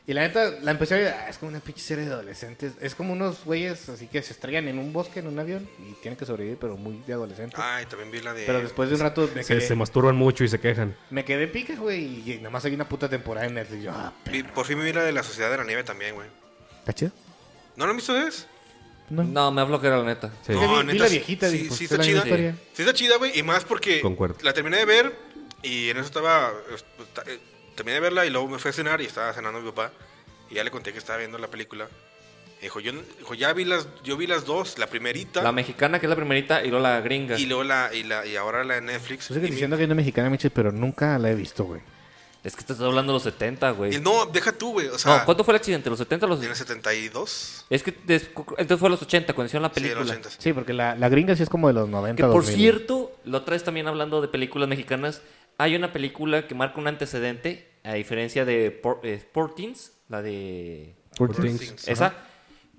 S1: Y la neta, la empecé a ver. ah, es como una pinche serie de adolescentes. Es como unos güeyes así que se estrellan en un bosque, en un avión. Y tienen que sobrevivir, pero muy de adolescentes.
S2: Ay, también vi la de.
S1: pero después de un rato me
S3: se,
S1: quedé,
S3: se masturban mucho y se quejan.
S1: me quedé pica, güey. Y nada más hay una puta temporada en Netflix. Yo, ah,
S2: vi- por fin vi la de la Sociedad de la Nieve también, güey.
S1: ¿Está chido?
S2: ¿No la han visto ustedes?
S4: No, me habló que era la neta.
S1: que
S3: Sí.
S1: vi-
S2: No,
S1: vi la viejita,
S2: Sí,
S1: dije, pues,
S2: sí
S1: es la
S2: está
S1: misma
S2: chida.
S1: historia.
S2: Sí. está chida, güey. Y más porque
S3: Concuerdo.
S2: la terminé de ver y en eso estaba. eh, esta- eh, Terminé de verla y luego me fui a cenar y estaba cenando mi papá. Y ya le conté que estaba viendo la película. Y dijo, yo, no- dijo, ya vi las, yo vi las dos, la primerita
S4: La mexicana, que es la primerita, y luego la gringa.
S2: y luego la, y la, y ahora la de Netflix.
S1: Yo sé que
S2: Y
S1: diciendo que Pues es una mexicana, Michis, pero nunca la he visto, güey.
S4: Es que te estás hablando de los 70,
S2: mi- y
S4: güey.
S2: no, deja tú, güey. O sea,
S4: No, ¿cuánto fue el accidente? ¿Los 70 o los...?
S2: en el 72.
S4: Es que des- entonces fue a los 80 cuando hicieron la
S2: Sí, en
S4: película.
S2: los 80.
S1: Sí, porque la, la gringa sí es como de los 90.
S4: Que por
S1: 2000.
S4: cierto, la otra vez también hablando de películas mexicanas, hay una película que marca un antecedente, a diferencia de Por, eh, Poor Things, la de
S3: Poor things.
S2: Things.
S4: esa,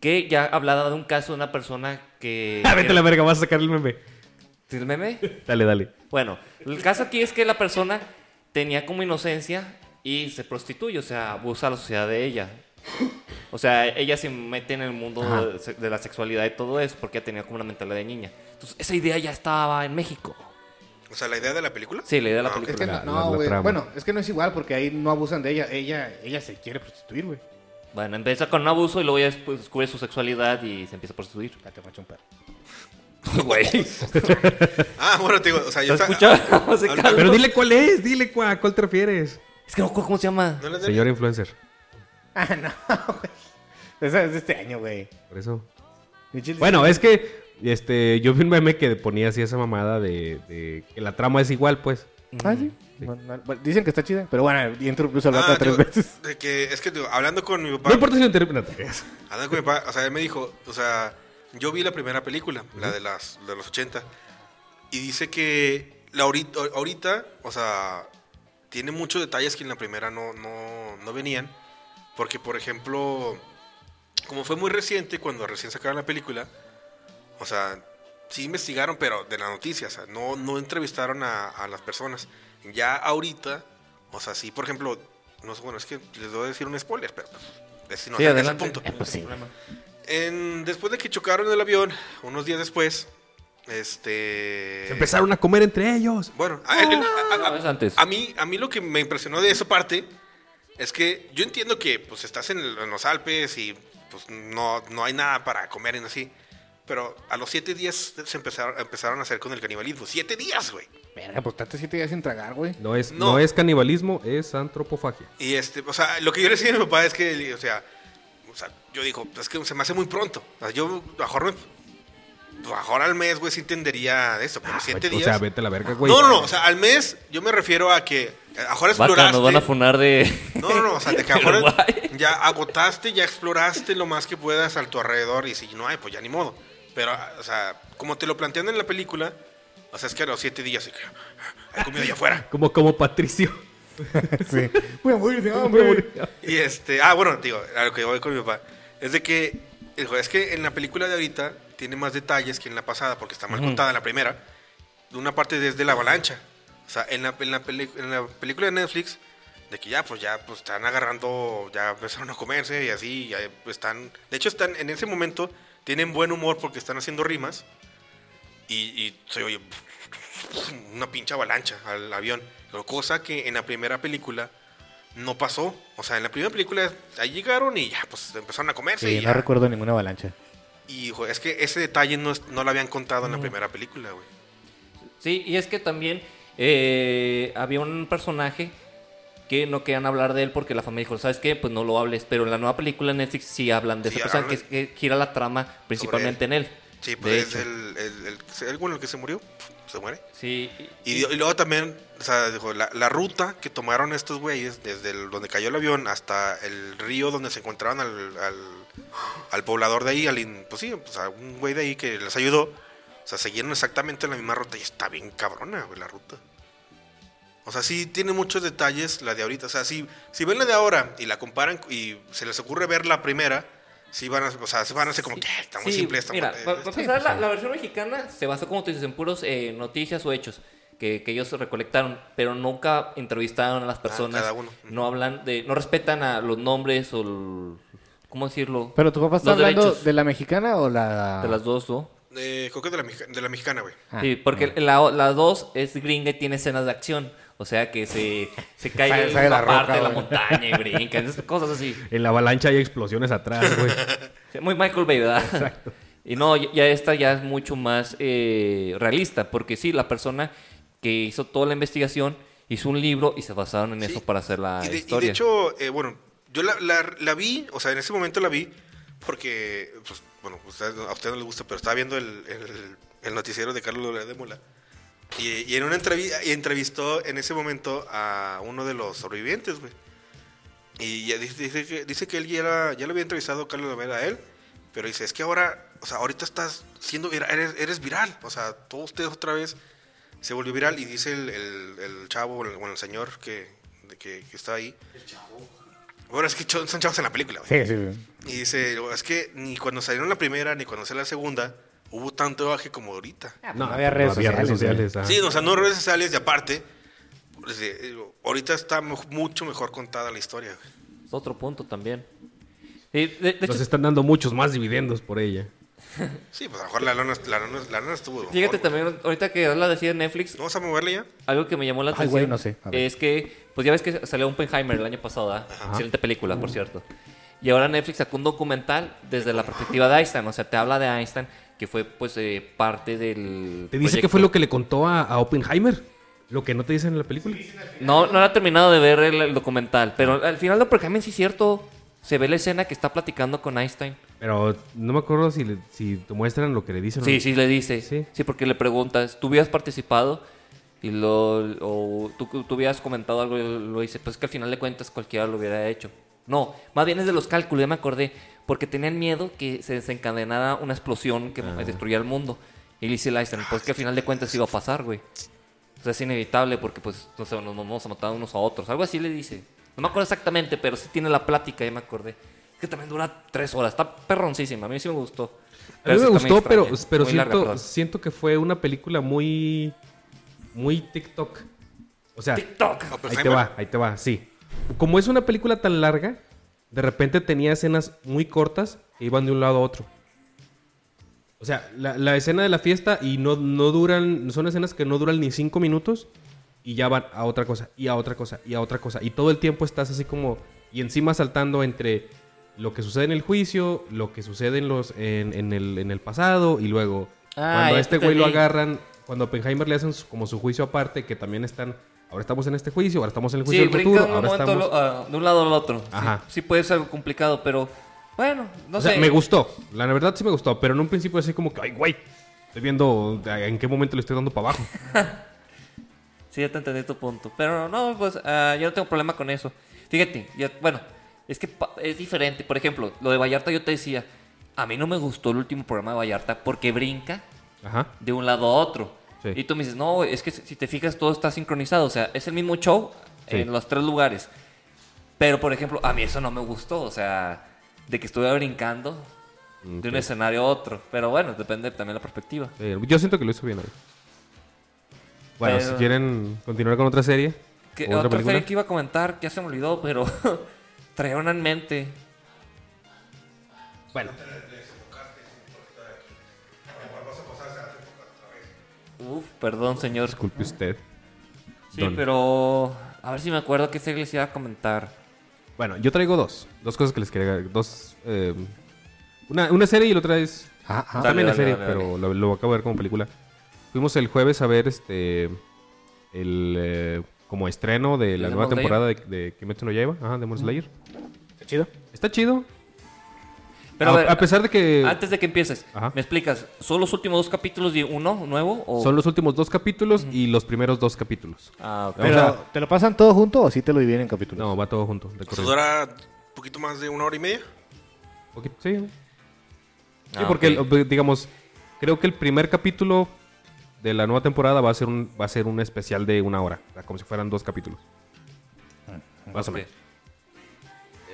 S4: que ya hablaba de un caso de una persona que...
S3: Ah, vete a la verga, vas a sacar el meme.
S4: ¿El meme?
S3: Dale, dale.
S4: Bueno, el caso aquí es que la persona tenía como inocencia y se prostituye, o sea, abusa a la sociedad de ella. O sea, ella se mete en el mundo
S1: Ajá.
S4: de, se- de la sexualidad y todo eso porque ella tenía como una mentalidad de niña. Entonces, esa idea ya estaba en México.
S2: O sea, la idea de la película.
S4: Sí, la idea de la
S2: Ah, ok.
S1: Es
S4: película.
S1: que no,
S3: La-
S1: no,
S3: la- la
S1: güey.
S3: trama.
S1: bueno, es que no es igual porque ahí no abusan de ella. Ella ella se quiere prostituir, güey.
S4: Bueno, empieza con un abuso y luego ya después descubre su sexualidad y se empieza a prostituir.
S1: Ya Te macho un perro.
S4: güey.
S2: Ah, bueno, te digo, o sea, yo
S4: ¿Lo
S2: estaba-
S4: escuchas? Se
S2: Pero
S4: calma.
S3: Pero dile cuál es, dile cuál, ¿a cuál te refieres.
S4: Es que no me acuerdo cómo se llama.
S2: ¿No le den-
S3: Señor influencer.
S1: Ah, no, güey. Esa es de este año, güey.
S3: Por eso.
S1: De chile-
S3: Bueno, es que este, yo vi un meme que ponía así esa mamada de, de que la trama es igual, pues.
S1: Ah,
S4: Mm,
S1: sí. Bueno, no- bueno, dicen que está chida, pero bueno, y entro incluso al vato
S2: Ah,
S1: tres
S2: digo,
S1: veces.
S2: de que, es que digo, hablando con mi papá,
S3: No importa si lo interrumpen. no te creas.
S2: hablando con mi papá, o sea, él me dijo, o sea, yo vi la primera película, la de las de los 80, y dice que la ahorita, ahorita, o sea, tiene muchos detalles que en la primera no, no, no venían, porque por ejemplo, como fue muy reciente, cuando recién sacaron la película, o sea, sí investigaron, pero de la noticia, o sea, no, no entrevistaron a, a las personas. Ya ahorita, o sea, sí, por ejemplo, no sé, bueno, es que les voy a decir un spoiler, pero pues, si no
S4: Sí,
S2: sacan ese
S4: adelante.
S2: punto.
S1: Eh, pues sí.
S2: En- después de que chocaron el avión, unos días después, este...
S3: Se empezaron a comer entre ellos.
S2: Bueno, a, él- a- a-
S4: Ah, No, es antes.
S2: a mí, a mí lo que me impresionó de esa parte es que yo entiendo que pues estás en, el- en los Alpes y pues no, no hay nada para comer y así. Pero a los siete días se empezaron, empezaron a hacer con el canibalismo. ¡Siete días, güey!
S1: Verga, pues tanto siete días sin tragar, güey.
S3: No es, no.
S2: No.
S3: es canibalismo, es antropofagia.
S2: Y este, o sea, lo que yo le decía a mi papá es que, o sea, o sea, yo digo, es que se me hace muy pronto. O sea, yo mejor, me- mejor al mes, güey, sí entendería eso. Pero siete
S3: Ah, o
S2: días.
S3: sea, vete a la verga, güey.
S2: no, no, no, o sea, al mes yo me refiero a que a lo mejor
S4: Vaca, nos van a
S2: exploraste.
S4: funar de.
S2: No, no, no, o sea, te
S4: Pero
S2: cajones,
S4: guay.
S2: ya agotaste, ya exploraste lo más que puedas a tu alrededor y si no hay, pues ya ni modo. Pero, o sea, como te lo plantean en la película, o sea, es que a los siete días y que, hay comida allá afuera.
S3: Como, como Patricio.
S1: Sí. Voy a morir de hambre.
S2: Y este, ah, bueno, digo, a lo que voy con mi papá, es de que, dijo, es que en la película de ahorita tiene más detalles que en la pasada, porque está mal contada la primera, de una parte desde la avalancha. O sea, en la, en la peli- en la película de Netflix, de que ya, pues ya, pues están agarrando, ya empezaron a comerse y así, ya pues, están, de hecho están, en ese momento, tienen buen humor porque están haciendo rimas y, y se oye una pinche avalancha al avión, Pero cosa que en la primera película no pasó. O sea, en la primera película ahí llegaron y ya, pues empezaron a comerse.
S1: Sí,
S2: y,
S1: no
S2: ya.
S1: recuerdo ninguna avalancha.
S2: Y, jo, es que ese detalle no, es- no lo habían contado en la primera película, güey.
S4: Sí, y es que también eh, había un personaje que no querían hablar de él porque la familia dijo, ¿sabes qué? Pues no lo hables. Pero en la nueva película de Netflix sí hablan de
S2: Sí,
S4: esa persona, que,
S2: hablan.
S4: es- que gira la trama principalmente en él.
S2: Sí,
S4: De
S2: pues es
S4: hecho.
S2: el, el, el- el- bueno, el que se murió, se muere.
S4: Sí.
S2: Y, y luego también, o sea, dijo, la, la ruta que tomaron estos güeyes, desde el- donde cayó el avión hasta el río donde se encontraron al, al- al poblador de ahí, al, in- pues sí, pues a un güey de ahí que les ayudó. O sea, siguieron exactamente la misma ruta y está bien cabrona, güey, la ruta. O sea, sí tiene muchos detalles la de ahorita. O sea, si, si ven la de ahora y la comparan y se les ocurre ver la primera, sí van a, o sea, se van a hacer como que "Ah, está muy
S4: Sí,
S2: simple, está muy-
S4: mira,
S2: eh,
S4: pa- para
S1: sí,
S4: empezar,
S1: pues,
S4: la,
S1: sí.
S4: la versión mexicana se basó, como tú dices, en puros eh, noticias o hechos que, que ellos recolectaron, pero nunca entrevistaron a las personas.
S2: cada uno.
S4: No hablan de, no respetan a los nombres o el- ¿cómo decirlo?
S1: Pero tu papá está
S4: Los
S1: hablando
S4: derechos.
S1: de la mexicana o la.
S4: de las dos, ¿no?
S2: eh, creo que de la, mexica- de la mexicana, güey.
S1: Ah,
S4: sí, porque la, la 2 es gringa y tiene escenas de acción. O sea que se, se cae
S1: Sale-
S4: en
S1: sale
S4: una
S1: la roca,
S4: parte de la
S1: güey.
S4: montaña y brinca, esas cosas así.
S3: En la avalancha hay explosiones atrás, güey.
S4: Muy Michael Bay, ¿verdad? Y no, ya- ya esta ya es mucho más eh, realista, porque sí, la persona que hizo toda la investigación hizo un libro y se basaron en
S2: Sí.
S4: eso para hacer la
S2: y de, y de
S4: Ah, historia.
S2: hecho, eh, bueno, yo la, la- la vi, o sea, en ese momento la vi porque, pues, bueno, ustedes no- a ustedes no les gusta, pero estaba viendo el, el- el noticiero de Carlos Loret de Mola. Y, y en una entrevista, entrevistó en ese momento a uno de los sobrevivientes, güey. Y ya dice, dice que, dice que él ya, era- ya lo había entrevistado Carlos Loret a él, pero dice, es que ahora, o sea, ahorita estás siendo viral, eres, eres viral, o sea, todos ustedes otra vez se volvió viral y dice el, el- el chavo, el- bueno, el señor que, de que, que está ahí. El chavo. Bueno, es que cho- son chavos en la película, güey.
S1: Sí, sí. sí.
S2: Y dice, es que ni cuando salieron la primera, ni cuando salió la segunda, hubo tanto baje como ahorita.
S3: Ah.
S1: no había redes sociales,
S3: ajá.
S2: Sí, o sea, no redes sociales y aparte, pues, eh, digo, ahorita está mo- mucho mejor contada la historia, güey.
S4: Es otro punto también. Y de, de hecho,
S3: Nos están dando muchos más dividendos por ella.
S2: Sí, pues a lo mejor la lana, la lana- la lana estuvo... mejor,
S4: fíjate
S2: güey.
S4: también, ahorita que la decía Netflix,
S2: ¿No ¿Vamos a moverle ya?
S4: algo que me llamó la
S1: Ay,
S4: atención
S1: güey, no sé. A ver.
S4: es que, pues ya ves que salió Oppenheimer el año pasado, ¿verdad? Excelente película, por cierto. Y ahora Netflix sacó un documental desde la perspectiva de Einstein, o sea, te habla de Einstein, que fue pues eh, parte del...
S3: Te dice que fue lo que le contó a, a Oppenheimer. Lo que no te dicen en la película.
S4: No, no era terminado de ver el, el documental, pero al final de Oppenheimer sí es cierto. Se ve la escena que está platicando con Einstein.
S3: Pero no me acuerdo si, le- si te muestran lo que le dicen. o
S4: Sí,
S3: no.
S4: sí, le dice.
S3: Sí.
S4: Sí, porque le preguntas, ¿tú hubieras participado? Y lo, o tú, tú hubieras comentado algo y lo dice, pues que al final de cuentas cualquiera lo hubiera hecho. No, más bien es de los cálculos, ya me acordé, porque tenían miedo que se desencadenara una explosión que destruía el mundo. Y le dice Einstein, pues que al final de cuentas iba a pasar, güey. O sea, pues, es inevitable porque pues no sé, nos, nos vamos a matar unos a otros. Algo así le dice. No me acuerdo exactamente, pero sí tiene la plática, ya me acordé. Es que también dura tres horas, está perroncísima, a mí sí me gustó.
S3: A mí me
S4: sí está muy
S3: gustó, pero,
S4: extraña,
S3: pero
S4: muy larga,
S3: siento,
S4: perdón.
S3: siento que fue una película muy. Muy TikTok. O sea,
S4: TikTok.
S2: pues,
S3: ahí te va, ahí te va, sí. Como es una película tan larga, de repente tenía escenas muy cortas que iban de un lado a otro. O sea, la, la escena de la fiesta y no, no duran, son escenas que no duran ni cinco minutos y ya van a otra cosa, y a otra cosa, y a otra cosa. Y todo el tiempo estás así como, y encima saltando entre lo que sucede en el juicio, lo que sucede en, los, en, en el, en el pasado, y luego
S4: Ah,
S3: cuando a
S4: ya
S3: este güey lo
S4: entendí.
S3: agarran, cuando a Oppenheimer le hacen su- como su juicio aparte, que también están, ahora estamos en este juicio, ahora estamos en el juicio
S4: Sí,
S3: del
S4: brinca
S3: futuro,
S4: de un,
S3: ahora
S4: momento
S3: estamos...
S4: lo- ah, de un lado al otro. Sí,
S3: Ajá.
S4: Sí, puede ser algo complicado, pero bueno, no
S3: o sea,
S4: sé.
S3: me gustó. La verdad sí me gustó, pero en un principio así como que, ay, güey, estoy viendo en qué momento le estoy dando para abajo.
S4: Sí, ya te entendí tu punto. Pero no, pues ah, yo no tengo problema con eso. Fíjate, ya- bueno, es que pa- es diferente. Por ejemplo, lo de Vallarta yo te decía, a mí no me gustó el último programa de Vallarta porque brinca
S3: Ajá.
S4: de un lado a otro.
S3: Sí.
S4: Y tú me dices, no, güey, es que si te fijas todo está sincronizado. O sea, es el mismo show
S3: Sí.
S4: en los tres lugares. Pero, por ejemplo, a mí eso no me gustó. O sea, de que estuve brincando de un escenario a otro. Pero bueno, depende también de la perspectiva.
S3: Eh, yo siento que lo hizo bien ahí. Bueno,
S4: Pero-
S3: si quieren continuar con otra serie.
S4: ¿Qué-
S3: o otra,
S4: otra
S3: película.
S4: serie que iba a comentar, que ya se me olvidó, pero traía una en mente.
S3: Bueno,
S4: Uf, perdón, señor.
S3: disculpe usted.
S4: Sí,
S3: Don.
S4: pero a ver si me acuerdo qué serie les iba a comentar.
S3: Bueno, yo traigo dos. Dos cosas que les quería. Dos. eh, una, una serie y la otra es.
S1: Ah,
S4: Dale,
S3: también la
S4: dale,
S3: serie,
S4: dale,
S3: pero
S4: dale.
S3: Lo, lo acabo de ver como película. Fuimos el jueves a ver este. El. eh, como estreno de la
S4: ¿De
S3: nueva
S4: Demon
S3: temporada de, de Kimetsu no Yaiba. Ajá, Demon Slayer.
S1: ¿Está chido?
S3: Está chido.
S4: Pero
S3: a,
S4: a ver,
S3: a pesar de que.
S4: Antes de que empieces,
S3: Ajá.
S4: ¿me explicas? ¿Son los últimos dos capítulos de uno nuevo? O...
S3: Son los últimos dos capítulos y los primeros dos capítulos.
S4: Ah, ok.
S3: Pero, sea-
S1: ¿te lo pasan todo junto o sí te lo dividen en capítulos?
S3: No, va todo junto. de
S2: O sea,
S3: corrido.
S2: dura un poquito más de una hora y media.
S3: Poquito- Sí, Sí,
S4: Ah,
S3: porque,
S4: ok.
S3: el- digamos, creo que el primer capítulo de la nueva temporada va a ser un, va a ser un especial de una hora, o sea, como si fueran dos capítulos. Más o
S4: Ah, Ok.
S3: menos.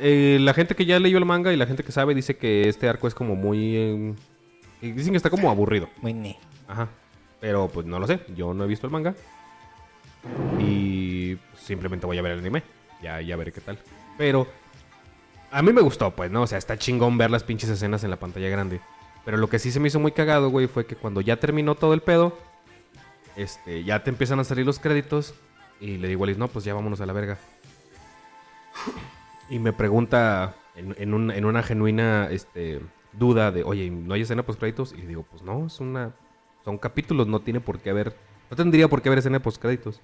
S3: Eh, la gente que ya leyó el manga y la gente que sabe dice que este arco es como muy... eh, dicen que está como aburrido.
S1: Muy ni.
S3: Ajá. Pero pues no lo sé, yo no he visto el manga. Y simplemente voy a ver el anime. Ya, ya veré qué tal. Pero a mí me gustó, pues, ¿no? O sea, está chingón ver las pinches escenas en la pantalla grande. Pero lo que sí se me hizo muy cagado, güey, fue que cuando ya terminó todo el pedo, este, ya te empiezan a salir los créditos. Y le digo a Liz, no, pues ya vámonos a la verga. Y me pregunta en, en un- en una genuina este, duda de, oye, ¿no hay escena post créditos? Y le digo, pues no, es una, son capítulos, no tiene por qué haber, no tendría por qué haber escena post créditos.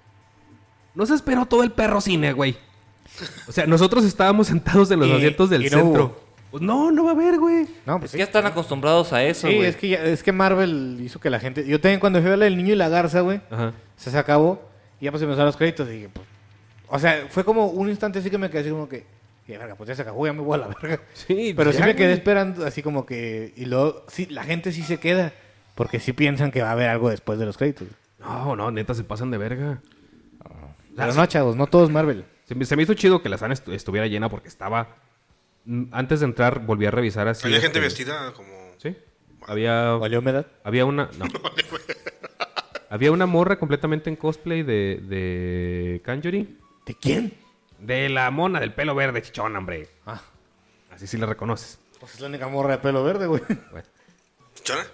S3: No se esperó todo el perro cine, güey. O sea, nosotros estábamos sentados en los
S1: Y-
S3: asientos del
S1: y no
S3: centro.
S1: hubo.
S3: Pues no, no va a haber, güey.
S1: No, pues
S4: Es
S1: sí.
S4: que ya están acostumbrados a eso,
S1: Sí,
S4: güey.
S1: es que, ya- es que Marvel hizo que la gente... Yo también cuando fui a ver El Niño y la Garza, güey,
S3: Ajá.
S1: se, se acabó y ya pues empezaron los créditos y dije, pues... O sea, fue como un instante así que me quedé así como que... "Y, verga, pues ya se acabó, ya me voy a la verga.
S3: Sí,
S1: Pero sí
S3: ya,
S1: me quedé
S3: güey.
S1: esperando así como que... Y luego, sí, la gente sí se queda porque sí piensan que va a haber algo después de los créditos.
S3: No, no, neta, se pasan de verga.
S1: Pero no, chavos, no todos Marvel.
S3: Se me, se me hizo chido que la sala estu- estuviera llena porque estaba... mm, Antes de entrar, volví a revisar así.
S2: Había gente
S3: este,
S2: vestida como.
S3: Sí. Había...
S1: ¿Valió humedad?
S3: Había una. No. Había una morra completamente en cosplay de. de. Kanjuri.
S1: ¿De quién?
S3: De la mona del pelo verde, chichón, hombre.
S1: Ah,
S3: Así sí la reconoces.
S1: pues es la única morra de pelo verde, güey.
S3: Bueno,
S2: ¿Chona?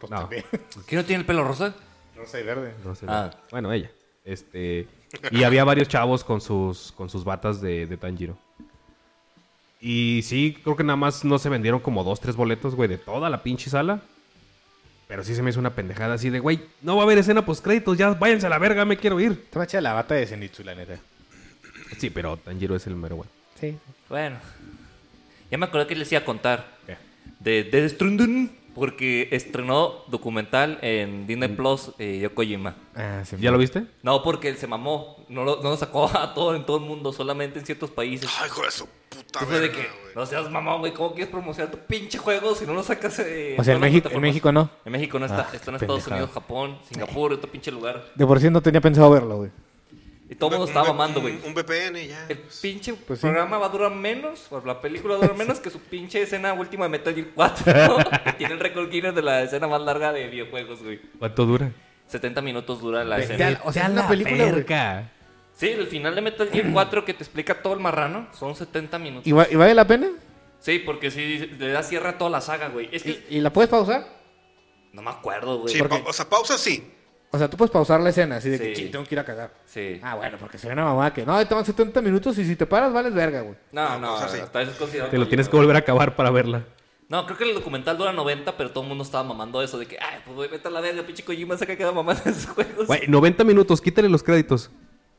S1: Pues
S3: No.
S1: también.
S4: ¿Quién no tiene el pelo rosa?
S1: Rosa y verde.
S3: no sé.
S4: Ah.
S3: Bueno, ella. Este. Y había varios chavos con sus. con sus batas de, de Tanjiro. Y sí, creo que nada más no se vendieron como dos, tres boletos, güey, de toda la pinche sala. Pero sí se me hizo una pendejada así de, güey, no va a haber escena post créditos, ya váyanse a la verga, me quiero ir.
S1: Está más chida la bata de Zenitsu, la neta.
S3: Sí, pero Tanjiro es el mero güey.
S1: Sí.
S4: Bueno, ya me acordé que les iba a contar
S1: ¿Qué?
S4: de Death Stranding, porque estrenó documental en Disney Plus eh, Yoko Jima.
S1: Ah, sí.
S3: ¿Ya lo viste?
S4: No, porque él se mamó. No lo, no lo sacó a todo en todo el mundo, solamente en ciertos países.
S2: Ay, hijo de su puta
S4: Entonces, de
S2: Ah, verga,
S4: que,
S2: güey.
S4: no seas mamón, güey. ¿Cómo quieres promocionar tu pinche juego si no lo sacas eh,
S1: O sea, en
S4: todas las
S1: México- en
S4: plataformas?
S1: México no.
S4: En México no está.
S1: Ah,
S4: está en
S1: qué
S4: Estados
S1: pendejada.
S4: Unidos, Japón, Singapur, otro pinche lugar.
S1: De por sí no tenía pensado verlo, güey.
S4: Y todo el mundo
S2: Un-
S4: estaba
S2: un-
S4: mamando, güey.
S2: Un VPN, ya.
S4: El pinche
S1: Pues sí.
S4: programa va a durar menos, o la película va a durar menos que su pinche escena última de Metal Gear 4, ¿no? que tiene el récord Guinness de la escena más larga de videojuegos, güey.
S3: ¿Cuánto dura?
S4: 70 minutos dura la
S1: Vete
S4: escena.
S1: al- o sea, es una película, güey.
S3: verga.
S4: Sí, el final de Metal Gear 4 que te explica todo el marrano son 70 minutos.
S1: ¿Y, va- y vale la pena?
S4: Sí, porque sí, le da cierre a toda la saga, güey. Es que
S1: ¿Y, y la puedes pausar?
S4: no me acuerdo, güey.
S2: Sí,
S4: Porque-
S2: pa- o sea, pausa sí.
S1: O sea, tú puedes pausar la escena, así de que,
S4: Sí.
S1: "Chin, tengo que ir a cagar.
S4: Sí.
S1: Ah, bueno, porque sería una mamá que, no, ahí te van 70 minutos y si te paras, vales verga, güey.
S4: No, no,
S2: o sea, sí.
S4: hasta eso es considerado.
S3: Te lo tienes que
S4: película,
S3: volver a acabar para verla.
S4: güey. No, creo que el documental dura 90, pero todo el mundo estaba mamando eso de que, ay, pues güey, vete a la verga, pinche Kojima saca cada mamada de esos juegos.
S3: Güey, 90 minutos, quítale los créditos.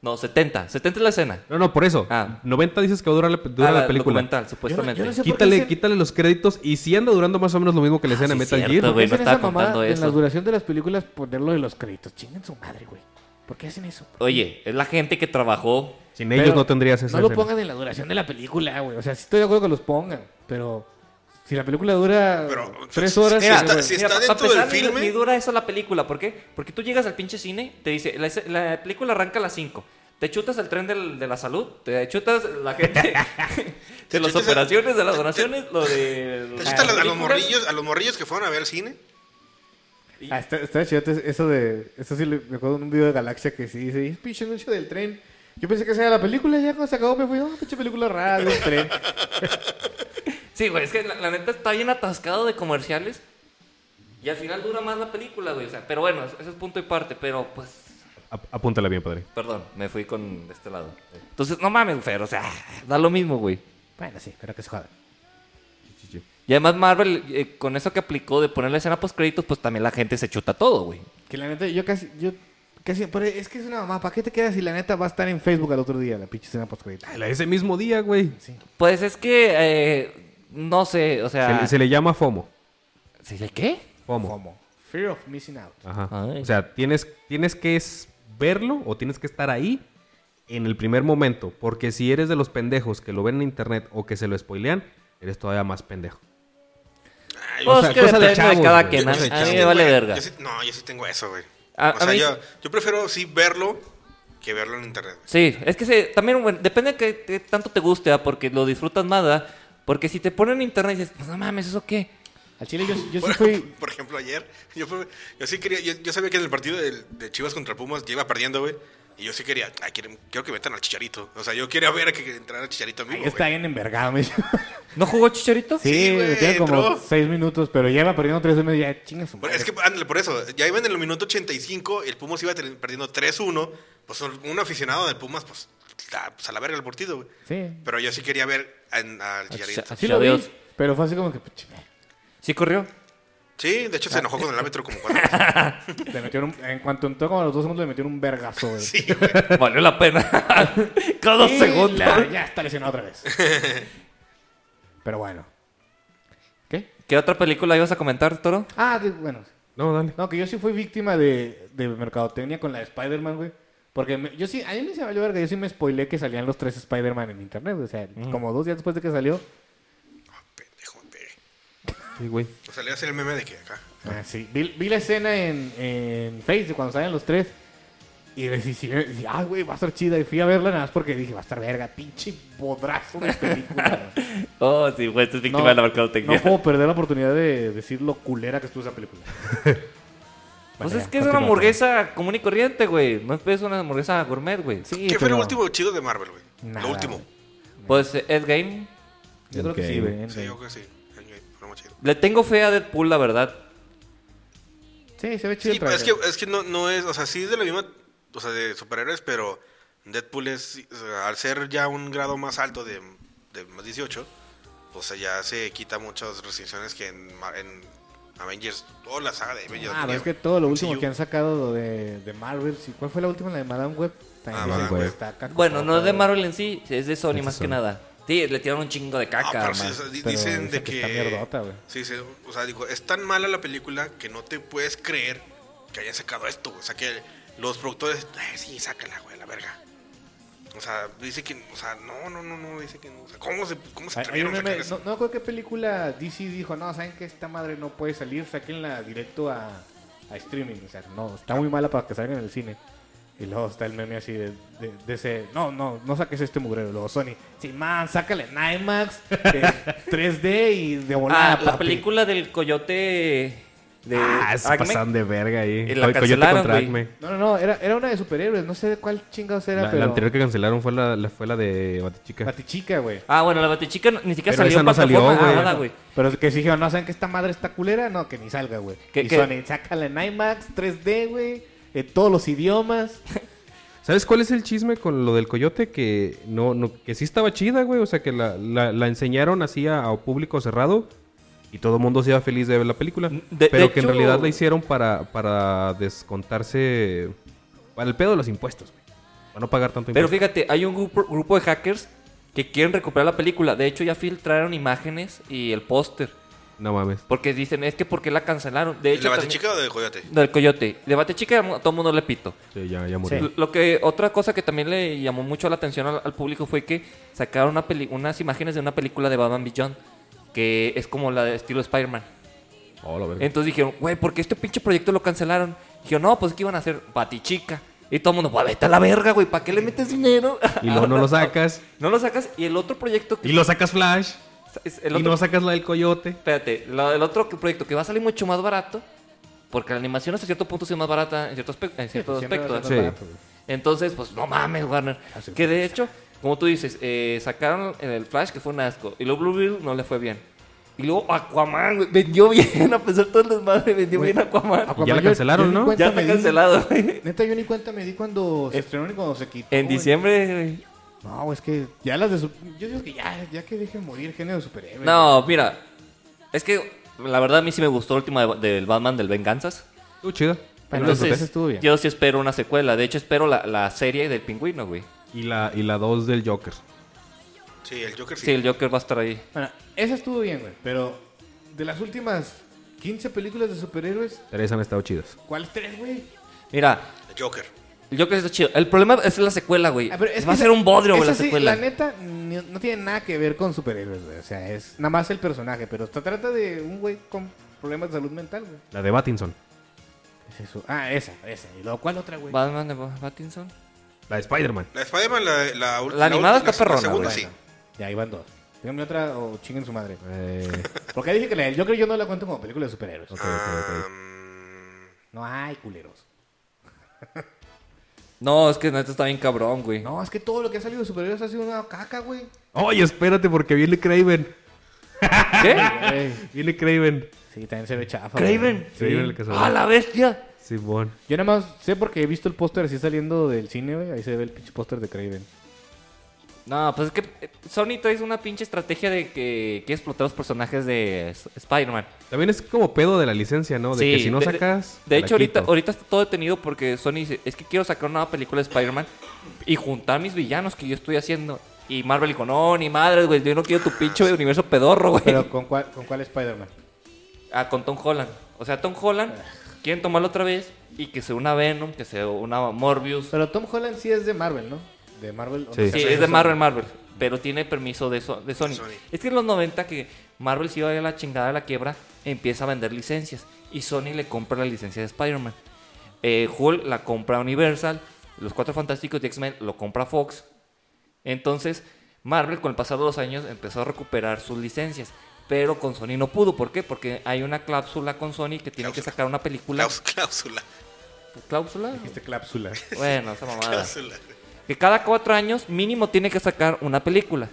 S4: No, 70. 70 es la escena.
S3: No, no, por eso.
S4: Ah.
S3: 90 dices que va a durar la, dura
S4: Ah,
S3: la
S4: la-
S3: película.
S4: documental, supuestamente.
S1: yo no sé por qué
S3: Quítale,
S1: dicen-
S3: quítale los créditos y si anda durando más o menos lo mismo que la escena
S4: sí,
S3: de Metal
S4: cierto,
S3: Gear.
S1: ¿Por qué
S4: Güey, no
S1: hacen
S4: estaba
S1: esa mamada
S4: contando
S1: de En
S4: eso.
S1: la duración de las películas ponerlo de los créditos. Chinguen su madre, güey. ¿Por qué hacen eso?
S4: Oye, es la gente que trabajó.
S3: Sin ellos
S1: Pero
S3: no tendrías esa
S1: No lo
S3: escena.
S1: pongan en la duración de la película, güey. O sea, sí estoy de acuerdo que los pongan, pero si la película dura
S2: Pero,
S1: tres
S2: si-
S1: horas...
S2: si está-
S1: güey.
S2: si está-
S4: pa- pa'
S2: dentro del
S4: empezar, ni-
S2: filme.
S4: Ni dura eso la película. ¿Por qué? Porque tú llegas al pinche cine, te dice, la, ese- la película arranca a las 5. Te chutas el tren del- de la salud, te chutas la gente de
S2: Te
S4: las
S2: chutas el-
S4: operaciones, de las
S2: te-
S4: donaciones, lo de.
S2: De
S4: las
S2: hecho, hasta a los
S4: películas.
S2: morrillos, a los morrillos que fueron a ver al cine.
S1: Ah, está, está chido eso de... Eso sí le- me acuerdo de un video de Galaxia que sí dice, "Y pinche anuncio del tren. Yo pensé que esa era la película, ya cuando se acabó me fui, oh, pinche película rara de un tren.
S4: Sí, güey, es que la, la neta está bien atascado de comerciales. Y al final dura más la película, güey. O sea, pero bueno, eso es punto y parte. Pero pues
S3: Ap- Apúntala bien, padre.
S4: Perdón, me fui con de este lado. Entonces, no mames, Fer, o sea, da lo mismo, güey.
S1: bueno, sí, pero que se jodan.
S4: Y además Marvel, eh, con eso que aplicó de poner la escena post créditos, pues también la gente se chuta todo, güey.
S1: Que la neta, yo casi, yo casi, pero es que es una mamá, ¿para qué te quedas si la neta va a estar en Facebook al otro día, la pinche escena post
S3: Ay, la- Ese mismo día, güey.
S4: Pues es que, eh, no sé, o
S3: Se,
S4: sea...
S3: le- se le llama FOMO.
S4: ¿Se le qué?
S3: FOMO.
S1: Como Fear of missing out.
S3: Ajá.
S4: Ay.
S3: O sea, tienes, tienes que es- verlo o tienes que estar ahí en el primer momento. Porque si eres de los pendejos que lo ven en internet o que se lo spoilean, eres todavía más pendejo.
S2: Ay,
S4: Pues
S3: o sea,
S4: que
S3: cosa de
S4: depende de,
S3: chavos,
S4: cada
S3: güey.
S4: quien. A,
S3: Cosa de
S4: a
S2: yo
S4: mí
S2: sí
S4: me vale
S2: tengo-
S4: verga.
S2: yo sí- no, yo sí tengo eso, güey.
S4: A-
S2: o
S4: a
S2: sea,
S4: mí
S2: yo, yo prefiero sí verlo que verlo en internet.
S4: Sí, es que se- también bueno, depende de que, tanto te guste, ¿ah? porque lo disfrutas más, ¿ah? Porque si te ponen en internet y dices, pues no mames, ¿eso qué?
S1: Al Chile yo, yo sí
S2: Por,
S1: fui...
S2: por ejemplo, ayer, yo, fue- yo sí quería, yo, yo sabía que en el partido del- de, Chivas contra Pumas ya iba perdiendo, güey. Y yo sí quería, ay, quieren- quiero que metan al chicharito. O sea, yo quería ver a que, que entrara el chicharito en vivo.
S1: Ahí está bien envergado, me dice.
S4: ¿No jugó Chicharito?
S1: Sí,
S2: güey,
S1: tiene como
S2: entró.
S1: seis minutos, pero lleva perdiendo tres y medio, ya chinga su
S2: Bueno,
S1: madre.
S2: es que, ándale, por eso, ya iban en el minuto 85, el Pumas iba ten- perdiendo 3-1, pues un un aficionado del Pumas, pues, la- pues, a la verga el partido, güey.
S1: Sí.
S2: Pero yo sí quería ver en- al Chicharito.
S4: Chicha-
S1: Sí lo vi,
S4: Adiós.
S1: pero fue así como que... "Puchi, me-
S4: ¿Sí corrió?
S2: Sí, de hecho se enojó con el árbitro como cuatro veces.
S1: Le metieron un- en cuanto entró como a los dos segundos le metieron un vergazo, güey.
S2: Sí, güey.
S4: Valió la pena. cada
S1: Y
S4: segundo.
S1: la- ya está lesionado otra vez. pero bueno. ¿Qué?
S4: ¿Qué otra película ibas a comentar, Toro?
S1: Ah, de- bueno,
S3: No, dale.
S1: No, que yo sí fui víctima de, de mercadotecnia con la de Spider-Man, güey. Porque me- yo sí, a mí me se valió verga, yo sí me spoilé que salían los tres Spider-Man en internet, güey. O sea, como dos días después de que salió.
S2: Pendejo, pendejo.
S3: Sí, güey.
S2: O sea, le hace el meme de que acá.
S1: Ah, sí. Vi, vi la escena en, en Face de cuando salen los tres. Y decí, sí, decí, ah, güey, va a estar chida. Y fui a verla nada más porque dije, va a estar verga, pinche podrazo de película. güey.
S4: Oh, sí, güey, esto es víctima
S1: No,
S4: de la mercadotecnia.
S1: no puedo perder la oportunidad de decir lo culera que estuvo esa película.
S4: pues
S1: Bueno,
S4: es
S1: ya,
S4: que es una
S1: continúa,
S4: hamburguesa común y corriente, güey. No es una hamburguesa gourmet, güey.
S1: Sí,
S2: ¿Qué fue lo
S1: pero-
S2: último chido de Marvel, güey?
S1: Nada,
S2: Lo último.
S1: güey.
S4: Pues eh, Endgame.
S1: Yo creo que sí,
S3: Ok.
S1: güey.
S2: Sí,
S1: Endgame.
S2: yo creo que sí. Endgame, fue lo más chido.
S4: Le tengo fe a Deadpool, la verdad.
S1: Sí, se ve chido
S2: Sí,
S1: el
S2: pero es que,
S1: tráiler.
S2: es que no, no es, o sea, sí es de la misma, o sea, de superhéroes, pero Deadpool es, o sea, al ser ya un grado más alto de, pues, de más 18, o sea, ya se quita muchas restricciones que en, ma- en Avengers, toda la saga de Avengers.
S1: Ah,
S2: tenía,
S1: pero es que
S2: güey.
S1: todo lo último
S2: MCU.
S1: que han sacado lo de, de Marvel. sí, ¿Cuál fue la última? La de Madame Web.
S2: Ah,
S1: También
S2: Madame
S1: está-
S2: Web.
S1: está acá con
S4: Bueno,
S1: todo,
S4: no es de
S1: pero-
S4: Marvel en sí, es de Sony
S3: Ah. Es de
S4: más que
S3: Sony.
S4: nada. Sí, le tiraron un chingo de
S2: Ah,
S4: caca.
S2: pero sí,
S4: man.
S2: o sea, di-
S1: Pero
S2: dicen
S1: dice
S2: de
S1: que
S2: que.
S1: está mierdota, güey.
S2: sí, sí, o sea, digo, es tan mala la película que no te puedes creer que hayan sacado esto. güey. O sea, que los productores. "Ay, sí, sácala, güey, la verga. O sea, dice que. O sea, no, no, no, no, dice que no. O sea, ¿cómo se, cómo se
S1: Hay- hay un
S2: atrevieron a
S1: meme,
S2: sacar
S1: no,
S2: eso?
S1: no me acuerdo qué película DC dijo, no, saben que esta madre no puede salir, sáquenla directo a, a streaming. O sea, no, está muy mala para que salga en el cine. Y luego está el meme así de, de, de ese, no, no, no saques este mugrero. Luego Sony, sí, man, sácale en IMAX, eh, 3D y de volada.
S4: Ah, la
S1: papi".
S4: película del coyote de
S3: Ah, se
S4: Acme.
S3: pasaron de verga ahí.
S4: Y la
S3: Coyote
S4: cancelaron,
S3: contra
S4: güey.
S3: Acme.
S1: No, no, no, era, era una de superhéroes, no sé de cuál chingados era,
S3: La,
S1: pero.
S3: la anterior que cancelaron fue la, la- fue la de Batichica.
S1: Batichica, güey.
S4: Ah, bueno, la Batichica no- ni siquiera
S3: Pero
S4: salió
S3: esa no salió,
S4: plataforma,
S3: güey.
S4: nada, Ah, güey.
S1: Pero que si dijeron, no, ¿saben que esta madre está culera? No, que ni salga, güey.
S4: ¿Qué-
S1: Y
S4: qué?
S1: Sony, sácala en IMAX, 3D, güey, en todos los idiomas.
S3: ¿Sabes cuál es el chisme con lo del coyote? Que no, no que sí estaba chida, güey. O sea, que la, la- la enseñaron así a, a público cerrado y todo el mundo se iba feliz de ver la película.
S4: De-
S3: pero
S4: de
S3: que
S4: hecho-
S3: en realidad la hicieron para, para descontarse. Para el pedo de los impuestos, güey. Para no pagar tanto
S4: Pero
S3: impuesto.
S4: fíjate, hay un grupo, grupo de hackers que quieren recuperar la película. De hecho, ya filtraron imágenes y el póster.
S3: No mames.
S4: Porque dicen, es que porque la cancelaron. De
S2: ¿De
S4: hecho,
S2: la
S4: también-
S2: Batichica o de Joyate?
S4: Del coyote. De Batichica a todo mundo le pito.
S3: Sí, ya, ya murió.
S1: Sí.
S4: Lo que otra cosa que también le llamó mucho la atención al, al público fue que sacaron una peli- unas imágenes de una película de Batman Beyond que es como la de estilo Spider-Man.
S3: Oh, la verga.
S4: Entonces dijeron, güey, ¿por qué este pinche proyecto lo cancelaron? Dijeron, no, pues es que iban a hacer Batichica. Y todo el mundo, "Pues, vete a la verga, güey, ¿para qué le metes dinero?
S3: Y luego
S4: ah,
S3: no lo sacas.
S4: no lo sacas. Y el otro proyecto que.
S3: Y lo sacas Flash.
S4: es el
S3: Y
S4: otro-
S3: no sacas la del coyote.
S4: Espérate, lo- el otro que- proyecto que va a salir mucho más barato, porque la animación hasta cierto punto sí es más barata en cierto, aspe- en cierto
S1: Siempre va a
S4: aspecto.
S1: ser
S4: ¿eh?
S1: más
S3: Sí.
S1: barato, güey.
S4: Entonces, pues no mames, Warner.
S1: Ah, sí.
S4: Que de hecho, como tú dices, eh, sacaron en el Flash que fue un asco. Y luego Blue Beetle no le fue bien. Y luego Aquaman, güey, vendió bien, a pesar de todo el desmadre, vendió
S1: Güey,
S4: bien Aquaman.
S1: Aquaman,
S3: Ya la
S1: yo-
S3: cancelaron,
S1: yo ni
S3: ¿no?
S1: cuenta
S4: Ya está
S1: me di.
S4: cancelado, güey.
S1: Neta, yo ni cuenta me di cuando se estrenó y cuando se quitó.
S4: En
S1: güey.
S4: diciembre, güey.
S1: No, es que ya las de. su- Yo digo que ya, ya que dejen morir el género de superhéroes.
S4: No, mira. Es que la verdad a mí sí me gustó la última de- del Batman del Venganzas.
S3: Tú chida.
S1: Pero
S4: Entonces,
S1: esa estuvo bien.
S4: yo sí espero una secuela. De hecho, espero la, la serie del pingüino, güey.
S3: Y la, y la 2 del Joker.
S2: Sí, el Joker sí.
S4: Sí, el Joker va a estar ahí.
S1: Bueno, esa estuvo bien, güey. Pero de las últimas 15 películas de superhéroes,
S3: Tres han estado chidas.
S1: ¿cuáles tres, güey?
S4: Mira,
S2: El Joker.
S4: el Joker está chido. El problema es la secuela, güey.
S1: Ah, pero es
S4: va a
S1: que
S4: ser
S1: esa-
S4: un bodrio, güey,
S1: esa
S4: la
S1: sí,
S4: secuela.
S1: la neta ni- no tiene nada que ver con superhéroes, güey. O sea, es nada más el personaje, pero se trata de un güey con problemas de salud mental, güey.
S3: La de Battinson.
S1: Es eso. Ah, esa, esa. ¿Y luego cuál otra, güey?
S4: Batman de Bat- Pattinson.
S3: La de Spider-man.
S2: La de Spider-Man, la, la, ul-
S4: La animada está
S2: la
S4: perrona,
S2: segunda
S4: güey.
S2: sí.
S1: Ya, ahí van dos. Díganme otra o chinguen su madre.
S3: Eh,
S1: Porque dije que la del Joker yo no la cuento como película de superhéroes.
S3: ok, ok, ok.
S2: Ah, mm,
S1: No hay culeros.
S4: No, es que neta está bien cabrón, güey.
S1: No, es que todo lo que ha salido de superhéroes ha sido una caca, güey.
S3: Oye, espérate porque viene Craven.
S4: ¿Qué?
S1: Güey,
S3: Viene Craven.
S1: Sí, también se ve chafa. güey.
S4: Craven.
S3: Sí, el que se
S4: ¡Ah,
S3: ve.
S4: la bestia!
S3: Simón.
S1: Yo nada más sé porque he visto el póster así saliendo del cine, güey. Ahí se ve el pinche póster de Craven.
S4: No, pues es que eh, Sony trae una pinche estrategia de que quiere explotar los personajes de S- Spider-Man.
S3: También es como pedo de la licencia, ¿no? De
S4: Sí,
S3: que si no
S4: de- de-
S3: sacas.
S4: De,
S3: la
S4: hecho, ahorita,
S3: quito.
S4: ahorita está todo detenido porque Sony dice: Es que quiero sacar una nueva película de Spider-Man y juntar mis villanos que yo estoy haciendo. Y Marvel dijo: No, ni madre, güey. Yo no quiero tu pinche universo pedorro, güey.
S1: Pero ¿con cuál, con cuál Spider-Man?
S4: Ah, con Tom Holland. O sea, Tom Holland quieren tomarlo otra vez y que sea una Venom, que sea una Morbius.
S1: Pero Tom Holland sí es de Marvel, ¿no? De Marvel. ¿o
S3: Sí.
S1: no?
S4: Sí, es de Marvel, Marvel. Pero tiene permiso de, So- de Sony.
S2: Sony.
S4: Es que en los 90 que Marvel se iba a la chingada de la quiebra, empieza a vender licencias. Y Sony le compra la licencia de Spider-Man. Eh, Hulk la compra Universal. Los Cuatro Fantásticos de X-Men lo compra Fox. Entonces, Marvel con el pasar de los años empezó a recuperar sus licencias. Pero con Sony no pudo. ¿Por qué? Porque hay una cláusula con Sony que tiene que
S2: Cláusula.
S4: sacar una película.
S2: Claus- Cláusula.
S4: ¿Cláusula?
S1: Dijiste clápsula.
S4: Bueno, esa mamada.
S2: Cláusula.
S4: Que cada cuatro años mínimo tiene que sacar una película.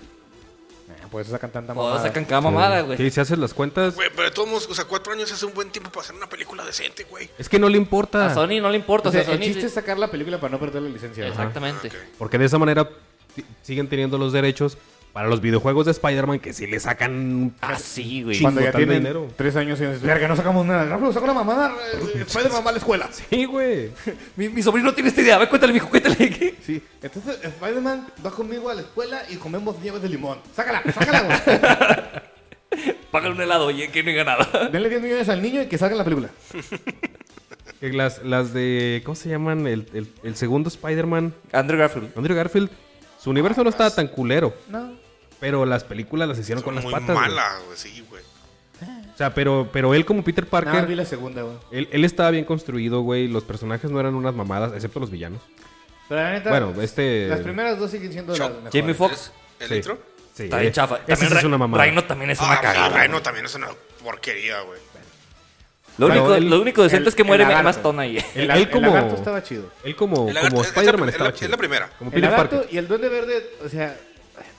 S1: Ah, por eso sacan tanta
S4: Todos
S1: mamada.
S4: sacan cada mamada,
S3: Sí,
S4: güey.
S3: si haces las cuentas.
S2: Güey, pero de todos modos, o sea, cuatro años es un buen tiempo para hacer una película decente, güey.
S3: Es que no le
S4: A
S3: importa.
S4: Sony no le
S1: O
S4: importa. O sea,
S1: sea,
S4: Sony...
S1: el chiste es sacar la película para no perder la licencia. ¿no?
S4: Exactamente.
S2: Ah, ok.
S3: Porque de esa manera ti- siguen teniendo los derechos Para los videojuegos de Spider-Man que sí le sacan un
S4: Ah, sí, güey.
S1: Cuando ya
S3: Chingo, tal
S1: tienen
S3: dinero.
S1: tres años y dices, verga, no sacamos nada. Rápido, saca la mamada. eh, Spider-Man va a la escuela.
S3: Sí, güey.
S4: Mi, mi sobrino no tiene esta idea. A ver, cuéntale, mijo, cuéntale. ¿qué?
S1: Sí, entonces Spider-Man va conmigo a la escuela y comemos nieves de limón. Sácala, sácala, güey.
S4: Págale un helado, oye, que no hay nada.
S1: Denle 10 millones al niño y que salga en la película.
S3: Que Las, las de. ¿Cómo se llaman? El, el- el segundo Spider-Man.
S4: Andrew Garfield.
S3: Andrew Garfield. Su universo no estaba tan culero.
S1: No.
S3: Pero las películas las hicieron con las
S2: muy
S3: patas. güey.
S2: mala, güey, sí, güey.
S3: O sea, pero, pero él como Peter
S1: Nada,
S3: Parker.
S1: vi la segunda, güey.
S3: él, él estaba bien construido, güey. Los personajes no eran unas mamadas, excepto los villanos.
S1: Pero la neta,
S3: Bueno, este-
S1: las primeras dos siguen siendo las
S2: Chao.
S1: mejores.
S4: Jamie Foxx.
S3: Sí.
S2: ¿Electro?
S3: Sí.
S4: Está bien chafa.
S3: Esa sí
S4: También
S3: es una mamada.
S4: Rhino también es una
S2: Ah,
S4: cagada.
S2: Rhino
S4: güey.
S2: también es una porquería, güey.
S4: Lo
S3: Pero
S4: único,
S3: el-
S4: lo único decente
S1: el-
S4: es que
S1: el
S4: muere
S1: lagarto.
S4: más tona ahí.
S1: El,
S3: Él-
S1: la-
S3: él
S1: el
S3: como-
S1: lagarto estaba chido.
S3: Él como,
S2: El lagarto-
S3: como
S2: es la
S3: Spider-Man
S2: prim- es la-
S3: estaba
S2: es
S3: chido.
S2: la primera.
S3: Como
S1: El
S3: Peter
S1: lagarto
S3: Parker.
S1: y el duende verde, o sea,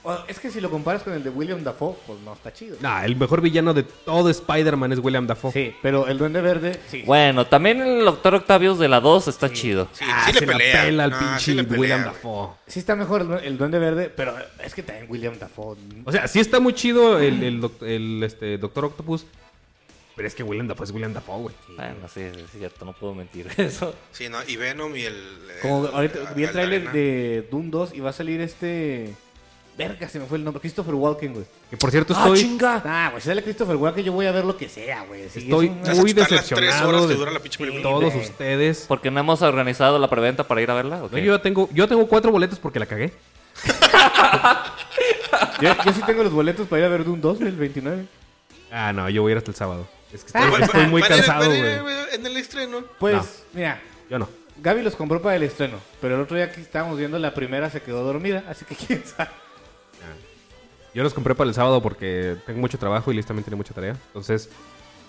S1: o- es que si lo comparas con el de William Dafoe, pues no está chido.
S3: Nah, el mejor villano de todo Spider-Man es William Dafoe.
S1: Sí, pero el duende verde, sí.
S4: Bueno, también el Doctor Octavius de la 2 está chido.
S2: Sí,
S3: Ah,
S2: sí le
S3: se la
S2: pelea.
S3: pela al
S2: Ah,
S3: pinche
S2: sí le pelea,
S3: William
S2: güey.
S3: Dafoe.
S1: Sí está mejor el, du- el duende verde, pero es que también William Dafoe.
S3: O sea, sí está muy chido el, el, doc- el, este, Doctor Octopus. Pero es que William Dafoe es William Dafoe, güey.
S4: Bueno, sí, es cierto, no puedo mentir eso.
S2: Sí, no, y Venom y el. el-
S1: Como ahorita vi el
S2: la
S1: tráiler
S2: arena.
S1: de Doom 2 y va a salir este... Verga, se me fue el nombre. Christopher Walken, güey.
S3: Que por cierto
S4: ¡Ah,
S3: estoy,
S4: chinga!
S1: Ah, güey, si sale Christopher Walken yo voy a ver lo que sea, güey. Sí, es
S3: estoy
S1: un-
S2: Las-
S3: muy
S2: están las tres horas
S3: decepcionado
S2: que
S3: de
S2: dura la pinche película.
S3: todos
S1: Sí, güey.
S3: ustedes.
S4: Porque no hemos organizado la preventa para ir a verla. ¿o
S3: No,
S4: qué?
S3: yo, ya tengo, yo tengo cuatro boletos porque la cagué.
S1: Yo, yo sí tengo los boletos para ir a ver Doom 2 el 29.
S3: Ah, no, yo voy a ir hasta el sábado. Es que
S1: Ah,
S3: estoy,
S2: Bueno,
S3: estoy muy
S2: van a ir-
S3: cansado,
S2: van a ir,
S3: güey.
S2: En el estreno.
S1: Pues, mira,
S3: Yo no.
S1: Gaby los compró para el estreno, pero el otro día que estábamos viendo la primera se quedó dormida, así que quién sabe.
S3: Yo los compré para el sábado porque tengo mucho trabajo y Liz también tiene mucha tarea. Entonces,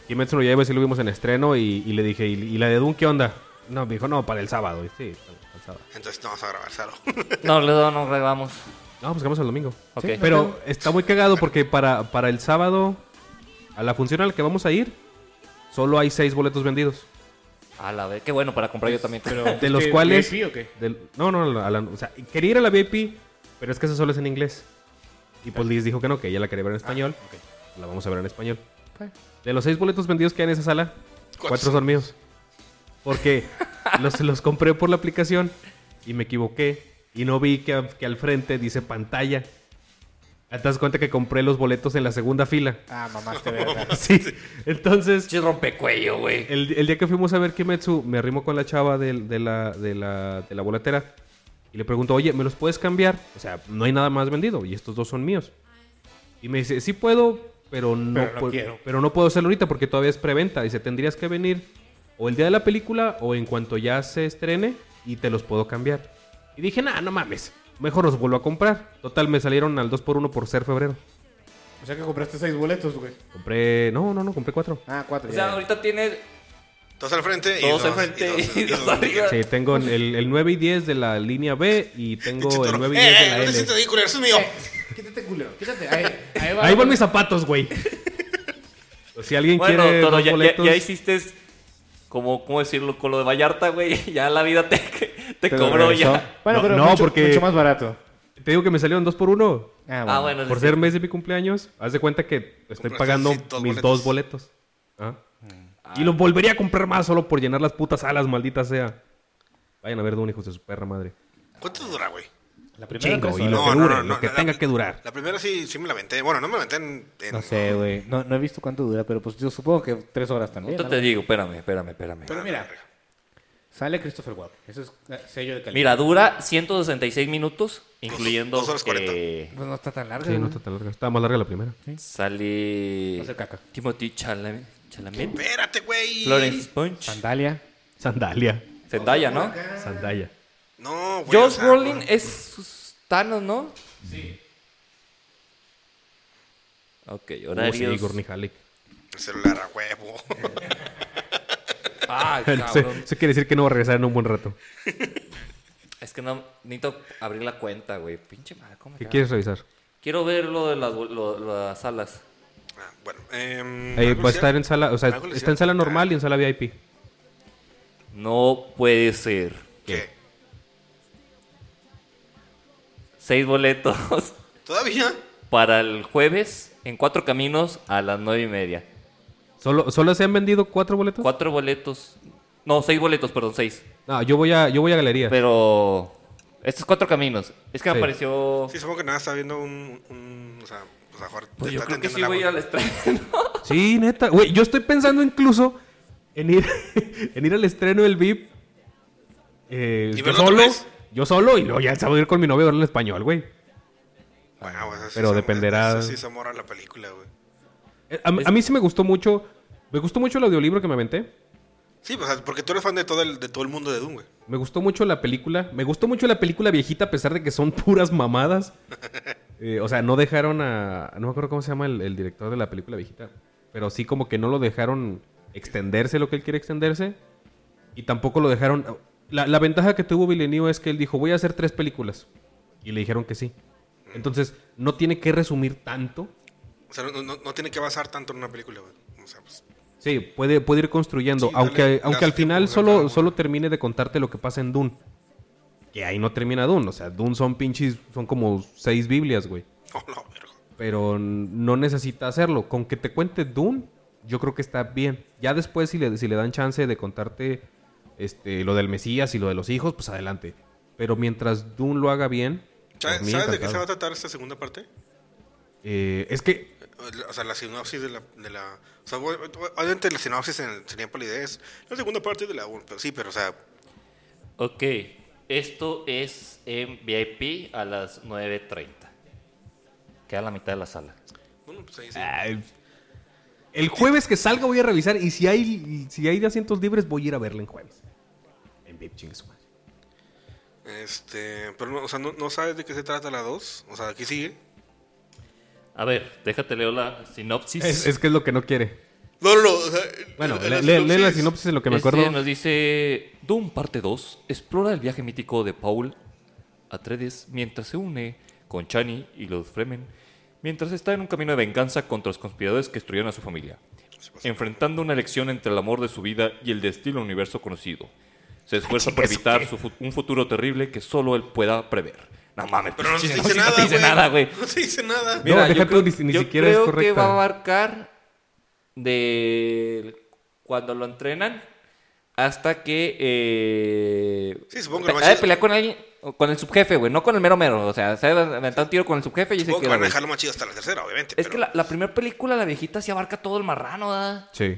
S3: Kimetsu no Yaiba sí lo vimos en estreno y, y le dije, ¿y, y la de Doom qué onda? No, me dijo, no, para el sábado. Y sí, para el sábado.
S2: Entonces no vamos a grabar, Saro.
S4: No, Ledo, no grabamos.
S3: No, pues vamos el domingo.
S4: Ok.
S1: Sí, no
S3: Pero está muy cagado porque para, para el sábado, a la función a la que vamos a ir, solo hay seis boletos vendidos.
S4: A la vez, qué bueno para comprar yo también.
S3: De los
S1: ¿Qué,
S3: cuales...
S1: VIP o qué?
S3: del- no, no, a la- o sea, quería ir a la VIP, pero es que eso solo es en inglés. Y pues Liz dijo que no, que ella la quería ver en español. La vamos a ver en español.
S1: Pues.
S3: De los seis boletos vendidos que hay en esa sala,
S2: ¿Cuántos
S3: cuatro son míos. Porque los, los compré por la aplicación y me equivoqué. Y no vi que, que al frente dice pantalla. Ya ¿Te das cuenta que compré los boletos en la segunda fila?
S1: Ah, mamá, te verga.
S3: Sí. Entonces,
S4: Pinche rompecuello, güey.
S3: el, el día que fuimos a ver Kimetsu, me arrimo con la chava del- de, la, de, la, de la boletera y le pregunto, oye, ¿me los puedes cambiar? O sea, no hay nada más vendido y estos dos son míos. Y me dice, sí puedo, pero no,
S1: Pero no
S3: pu-
S1: quiero.
S3: pero no puedo hacerlo ahorita porque todavía es preventa. Dice, tendrías que venir o el día de la película o en cuanto ya se estrene y te los puedo cambiar. Y dije, nah, no mames, mejor los vuelvo a comprar. Total, me salieron al 2x1 por ser febrero.
S1: O sea que compraste seis boletos, güey.
S3: Compré, no, no, no, compré cuatro.
S1: Ah, cuatro.
S4: O
S1: ya,
S4: sea,
S1: ya.
S4: ahorita tiene
S2: Dos al frente y
S4: Dos
S2: dos.
S4: al frente y dos arriba.
S3: Sí, tengo el, el 9 y 10 de la línea B y tengo
S2: Pinche
S3: el
S2: toro.
S3: 9 y 10
S2: Eh,
S3: de
S2: eh,
S3: la
S2: no te
S3: L. Eh.
S2: sientas ahí, culero, eso es mío.
S1: Eh, Quítate, culero, quítate. Ahí, ahí va.
S3: Ahí van mis zapatos, güey. Pues Si alguien
S4: Bueno,
S3: quiere
S4: Toro,
S3: dos
S4: ya, ya-
S3: boletos,
S4: ya hiciste, es- como, ¿cómo decirlo? Con lo de Vallarta, güey. Ya la vida te,
S1: Te
S4: te,
S1: lo
S4: cobró
S1: regresó.
S4: ya.
S1: Bueno,
S3: No,
S1: pero
S3: no,
S1: mucho,
S3: porque-
S1: mucho más barato.
S3: te digo que me salieron dos por uno.
S4: Ah, bueno.
S3: Por
S4: sí.
S3: ser mes de mi cumpleaños, haz de cuenta que estoy
S2: Compraste
S3: pagando
S2: sí, dos
S3: mis
S2: boletos.
S3: dos boletos. Ah. Y los volvería a comprar más solo por llenar las putas alas, maldita sea. Vayan a ver de un hijo de su perra madre.
S2: ¿Cuánto dura, güey?
S1: La primera
S3: Chingo,
S1: tres
S3: y lo
S1: horas.
S3: que
S2: No, no,
S3: dure,
S2: no,
S3: lo que
S2: la-
S3: tenga que durar.
S2: La primera sí, sí me la aventé. Bueno, no me la aventé en. en-
S1: No sé, güey. No, no he visto cuánto dura, pero pues yo supongo que tres horas también. ¿no?
S4: Ahorita te digo, espérame, espérame, espérame.
S1: Pero mira, sale Christopher Walken. Eso es eh, sello de calidad.
S4: Mira, dura 166 minutos, incluyendo
S2: dos horas
S4: que
S1: Pues no está tan largo.
S3: Sí, no está tan larga. Estaba más larga la primera.
S4: sale
S1: Hace caca.
S4: Timothy Chalamet, Chalamet,
S2: Espérate, güey.
S4: Florence Punch,
S1: Sandalia.
S3: Sandalia.
S4: Zendaya, ¿no?
S3: Sandalia.
S2: No, güey. o
S4: Josh
S2: sea,
S4: Brolin
S2: no.
S4: es sus- Thanos, ¿no? Sí. Ok,
S3: Oh, sí,
S4: horarios.
S3: Gorni Halik.
S2: El celular a huevo.
S4: Ah,
S3: Eso
S4: cabrón.
S3: eso quiere decir que no va a regresar en un buen rato.
S4: Es que no necesito abrir la cuenta, güey. Pinche madre, ¿cómo me
S3: ¿Qué
S4: cago?
S3: quieres revisar?
S4: Quiero ver lo de las, lo- las salas.
S2: Ah, bueno. em,
S3: Eh,
S2: ¿algo
S3: va a
S2: decía?
S3: estar en sala, o sea,
S2: ¿Algo le
S3: está en
S2: hicieron?
S3: sala normal y en sala VIP.
S4: No puede ser.
S2: ¿Qué?
S4: Seis boletos.
S2: ¿Todavía?
S4: para el jueves en Cuatro Caminos a las nueve y media.
S3: ¿Solo, ¿Solo se han vendido cuatro boletos?
S4: Cuatro boletos. No, seis boletos, perdón, seis.
S3: No, yo voy a, yo voy a galería.
S4: Pero. Estos cuatro caminos. Es que me
S3: Sí.
S4: apareció.
S2: Sí, supongo que nada, está viendo un. un- o sea, o sea, Jorge,
S4: Pues yo
S2: está
S4: creo que
S2: atendiendo
S4: sí
S2: la
S4: voy
S2: voz.
S4: al estreno.
S3: Sí, neta. Güey, yo estoy pensando incluso en ir, en ir al estreno del VIP. eh,
S2: ¿Y
S3: yo
S2: verlo otra
S3: solo.
S2: vez?
S3: Yo solo y luego ya voy a ir con mi novia a verlo en español, güey.
S2: Bueno, pues, eso
S3: Pero
S2: sí se-
S3: dependerá-
S2: eso Sí, se mora la película, güey.
S3: Eh, A, a mí sí me gustó mucho. Me gustó mucho el audiolibro que me aventé.
S2: Sí, pues, o sea, porque tú eres fan de todo el, de todo el mundo de Doom, güey.
S3: Me gustó mucho la película. Me gustó mucho la película viejita, a pesar de que son puras mamadas. Eh, o sea, no dejaron a. No me acuerdo cómo se llama el, el director de la película viejita. Pero sí, como que no lo dejaron extenderse lo que él quiere extenderse. Y tampoco lo dejaron. La, la ventaja que tuvo Villeneuve es que él dijo: Voy a hacer tres películas. Y le dijeron que sí. Entonces, no tiene que resumir tanto.
S2: O sea, no, no- no tiene que basar tanto en una película, güey. O sea, pues,
S3: Sí, puede, puede ir construyendo.
S2: Sí, dale
S3: aunque
S2: las
S3: aunque al
S2: tiempo
S3: final
S2: de cada
S3: solo,
S2: uno.
S3: solo termine de contarte lo que pasa en Dune. Que ahí no termina Dune. O sea, Dune son pinches. Son como seis Biblias, güey.
S2: no, no, verga.
S3: Pero n- no necesita hacerlo. Con que te cuente Dune, yo creo que está bien. Ya después, si le, si le dan chance de contarte este, lo del Mesías y lo de los hijos, pues adelante. Pero mientras Dune lo haga bien.
S2: ¿Sabes,
S3: por mí
S2: sabes de qué
S3: encantado.
S2: se va a tratar esta segunda parte?
S3: Eh, es que
S2: O sea, la sinopsis de la... De la o sea, bueno, obviamente la sinopsis en, sería polidez. La segunda parte de la... Pero sí, pero o sea...
S4: Ok. Esto es en VIP a las 9.30. Queda la mitad de la sala.
S2: Bueno, pues ahí sí.
S3: Ay, el jueves que salga voy a revisar y si hay si hay de asientos libres voy a ir a verla en jueves. En VIP chingue su madre.
S2: Este... Pero, no, o sea, no, no sabes de qué se trata la 2. O sea, aquí sigue.
S4: A ver, déjate leo la sinopsis.
S3: Es, es que es lo que no quiere.
S2: No, no, no. O sea,
S3: Bueno,
S2: la-
S3: le- lee, lee la sinopsis de lo que me
S4: Este
S3: acuerdo.
S4: nos dice Doom parte 2 explora el viaje mítico de Paul Atreides mientras se une con Chani y los Fremen mientras está en un camino de venganza contra los conspiradores que destruyeron a su familia, enfrentando una elección entre el amor de su vida y el destino del universo conocido. Se esfuerza por evitar su fu- un futuro terrible que solo él pueda prever. No mames,
S2: Pero no se
S4: pinche
S2: dice
S4: sinopsis
S2: nada,
S4: no te dice nada, güey.
S2: No te dice nada.
S3: No, deja tú, ni- ni
S4: yo
S3: siquiera es
S4: creo que
S3: correcta.
S4: va a abarcar de cuando lo entrenan hasta que eh,
S2: Sí, supongo que
S4: pe-
S2: lo va a
S4: ha de
S2: hacer-
S4: pelear con alguien, o con el subjefe, güey, no con el mero mero. O sea, se ha aventado un tiro con el subjefe y dice
S2: Supongo
S4: que...
S2: que van a dejarlo más chido hasta la tercera, obviamente.
S4: Es
S2: pero-
S4: que la, primera película, la viejita, sí abarca todo el marrano, ¿verdad?
S3: Sí.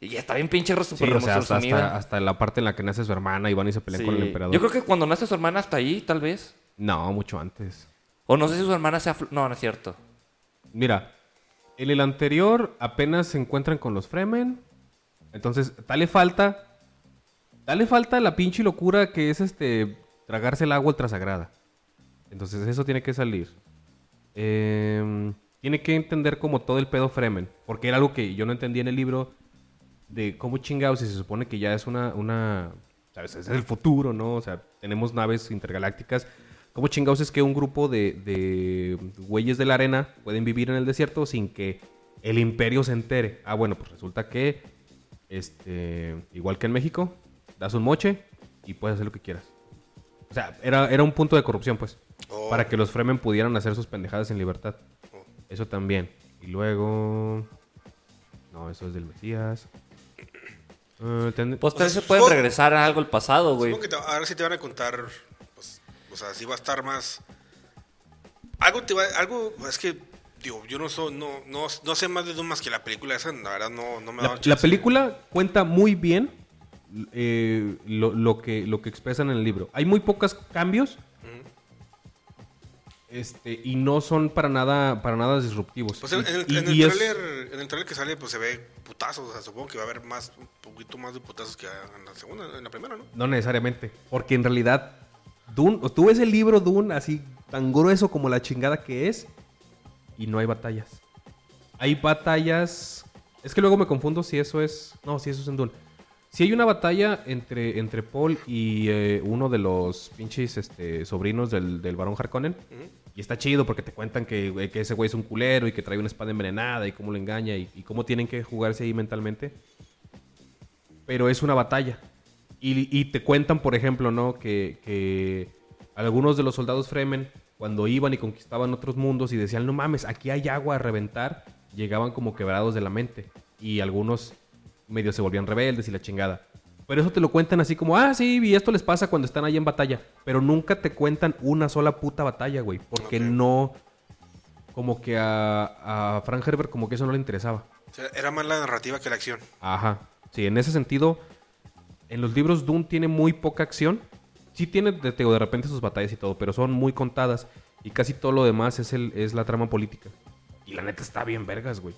S4: Y ya está bien pinche re-
S3: Sí,
S4: super
S3: o sea, hasta,
S4: resumida.
S3: hasta- hasta la parte en la que nace su hermana y van y se pelean
S4: Sí.
S3: con el emperador.
S4: Yo creo que cuando nace su hermana hasta ahí, tal vez.
S3: No, mucho antes.
S4: O no sé si su hermana sea... fl- No, no es cierto.
S3: Mira, en el anterior apenas se encuentran con los Fremen. Entonces, dale falta. Dale falta la pinche locura que es este. Tragarse el agua ultrasagrada. Entonces, eso tiene que salir. Eh, tiene que entender como todo el pedo Fremen. Porque era algo que yo no entendía en el libro. De cómo chingados, si se supone que ya es una. una ¿Sabes? Es el futuro, ¿no? O sea, tenemos naves intergalácticas. ¿Cómo chingados es que un grupo de, de güeyes de la arena pueden vivir en el desierto sin que el imperio se entere? Ah, bueno, pues resulta que. Este. Igual que en México, das un moche y puedes hacer lo que quieras. O sea, era, era un punto de corrupción, pues.
S2: Oh.
S3: Para que los Fremen pudieran hacer sus pendejadas en libertad.
S2: Oh.
S3: Eso también. Y luego. No, eso es del Mesías. Eh, ten-
S4: Pues tal vez
S2: sea,
S4: se pueden
S2: supongo-
S4: regresar a algo al pasado, güey.
S2: Supongo que te- ahora sí te van a contar. pues, o sea, sí va a estar más. Algo te va. Algo. Es que. Digo, yo no, so- no, no, no sé más de Doom más que la película esa. La verdad, no, no me da
S3: la, la película cuenta muy bien eh, lo, lo que, lo que expresan en el libro. Hay muy pocos cambios. Este, y no son para nada, para nada disruptivos.
S2: Pues en, en el,
S3: Y-
S2: en
S3: y- y
S2: el
S3: es-
S2: tráiler en el tráiler que sale, pues se ve putazos. O sea, supongo que va a haber más. Un poquito más de putazos que en la segunda. En la primera, ¿no?
S3: No necesariamente. Porque en realidad, Dune, o tú ves el libro Dune así tan grueso como la chingada que es. Y no hay batallas. Hay batallas. Es que luego me confundo si eso es. No, si eso es en Dune. Si hay una batalla entre, entre Paul y eh, uno de los pinches este, sobrinos del, del barón Harkonnen. Y está chido porque te cuentan que, güey, que ese güey es un culero y que trae una espada envenenada y cómo lo engaña y- y cómo tienen que jugarse ahí mentalmente pero es una batalla. Y, y te cuentan, por ejemplo, ¿no? Que, que algunos de los soldados Fremen cuando iban y conquistaban otros mundos y decían, no mames, aquí hay agua a reventar, llegaban como quebrados de la mente. Y algunos medio se volvían rebeldes y la chingada. Pero eso te lo cuentan así como, ah, sí, y esto les pasa cuando están ahí en batalla. Pero nunca te cuentan una sola puta batalla, güey. Porque
S2: Ok.
S3: no. Como que a, a Frank Herbert, como que eso no le interesaba.
S2: O sea, era más la narrativa que la acción.
S3: Ajá. Sí, en ese sentido, en los libros Doom tiene muy poca acción. Sí tiene de, te digo, de repente sus batallas y todo, pero son muy contadas. Y casi todo lo demás es, el, es la trama política. Y la neta está bien vergas, güey.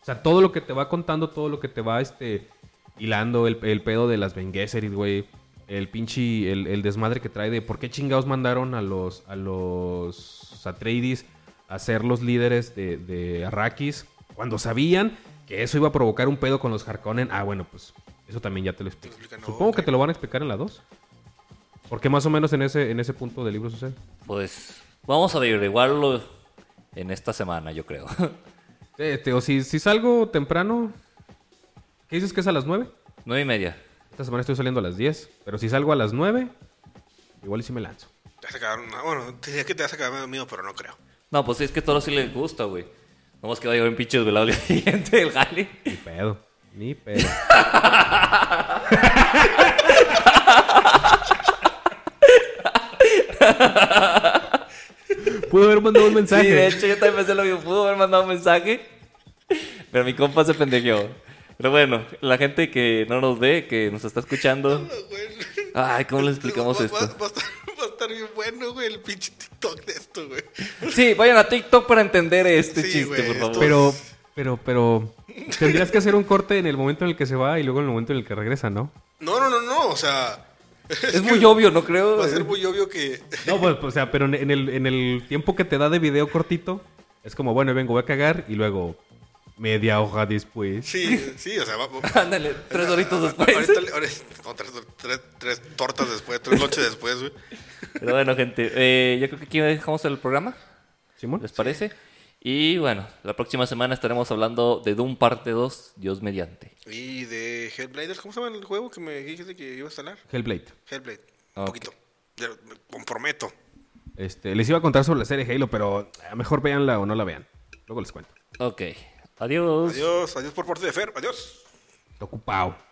S3: O sea, todo lo que te va contando, todo lo que te va este, hilando, el, el pedo de las Ben Gesserit, güey. El pinche, el, el desmadre que trae de por qué chingados mandaron a los, a los Atreides a ser los líderes de, de Arrakis cuando sabían que eso iba a provocar un pedo con los Harkonnen. Ah, bueno, pues eso también ya te lo explico.
S2: Te lo explican,
S3: Supongo
S2: ok.
S3: que te lo van a explicar en la 2. Porque más o menos en ese, en ese punto del libro sucede.
S4: Pues vamos a averiguarlo en esta semana, yo creo.
S3: Te- te- este, o si, si salgo temprano, ¿qué dices que es a las 9?
S4: Nueve y media.
S3: Esta semana estoy saliendo a las 10, pero si salgo a las 9, igual y si me lanzo.
S2: Te vas a quedar- no, bueno, te diría que te vas a quedar dormido, pero no creo.
S4: No, pues es que todo sí les gusta, güey. Nomás que va a llegar un pinche desvelado el siguiente del jale.
S3: Ni pedo, ni pedo. Pudo haber mandado un mensaje.
S4: Sí, de hecho, yo también pensé lo mismo. Pudo haber mandado un mensaje, pero mi compa se pendejeó. Pero bueno, la gente que no nos ve, que nos está escuchando. Ay, ¿cómo les explicamos
S2: Va- va-
S4: esto?
S2: Va, a estar, va a estar bien bueno, güey, el pinche TikTok de esto, güey.
S4: Sí, vayan a TikTok para entender este
S2: Sí,
S4: chiste,
S2: güey,
S4: por favor.
S2: esto-
S3: Pero, pero, pero. Tendrías que hacer un corte en el momento en el que se va y luego en el momento en el que regresa, ¿no?
S2: No, no, no, no, o sea,
S4: Es muy obvio, ¿no creo?
S2: va a ser muy obvio que...
S3: No, pues, o sea, pero en- en el, en el tiempo que te da de video cortito, es como, bueno, vengo, voy a cagar y luego media hoja después.
S2: Sí, sí, o sea, va... va-
S4: Ándale, tres horitos después.
S2: Ahorita, ahorita- no, tres, tres- tres tortas después, tres noches después, güey.
S4: Pero bueno, gente, eh, yo creo que aquí dejamos el programa,
S3: ¿Simón?
S4: ¿les parece? Y bueno, la próxima semana estaremos hablando de Doom parte 2, Dios mediante.
S2: Y de Hellblader, ¿cómo se llama el juego que me dijiste que iba a instalar?
S3: Hellblade.
S2: Hellblade,
S4: Ok.
S2: un poquito. Ya, me comprometo.
S3: Este, les iba a contar sobre la serie Halo, pero eh, mejor véanla o no la vean. Luego les cuento.
S4: Ok, adiós.
S2: Adiós, adiós por parte de Fer, adiós.
S3: Está ocupado.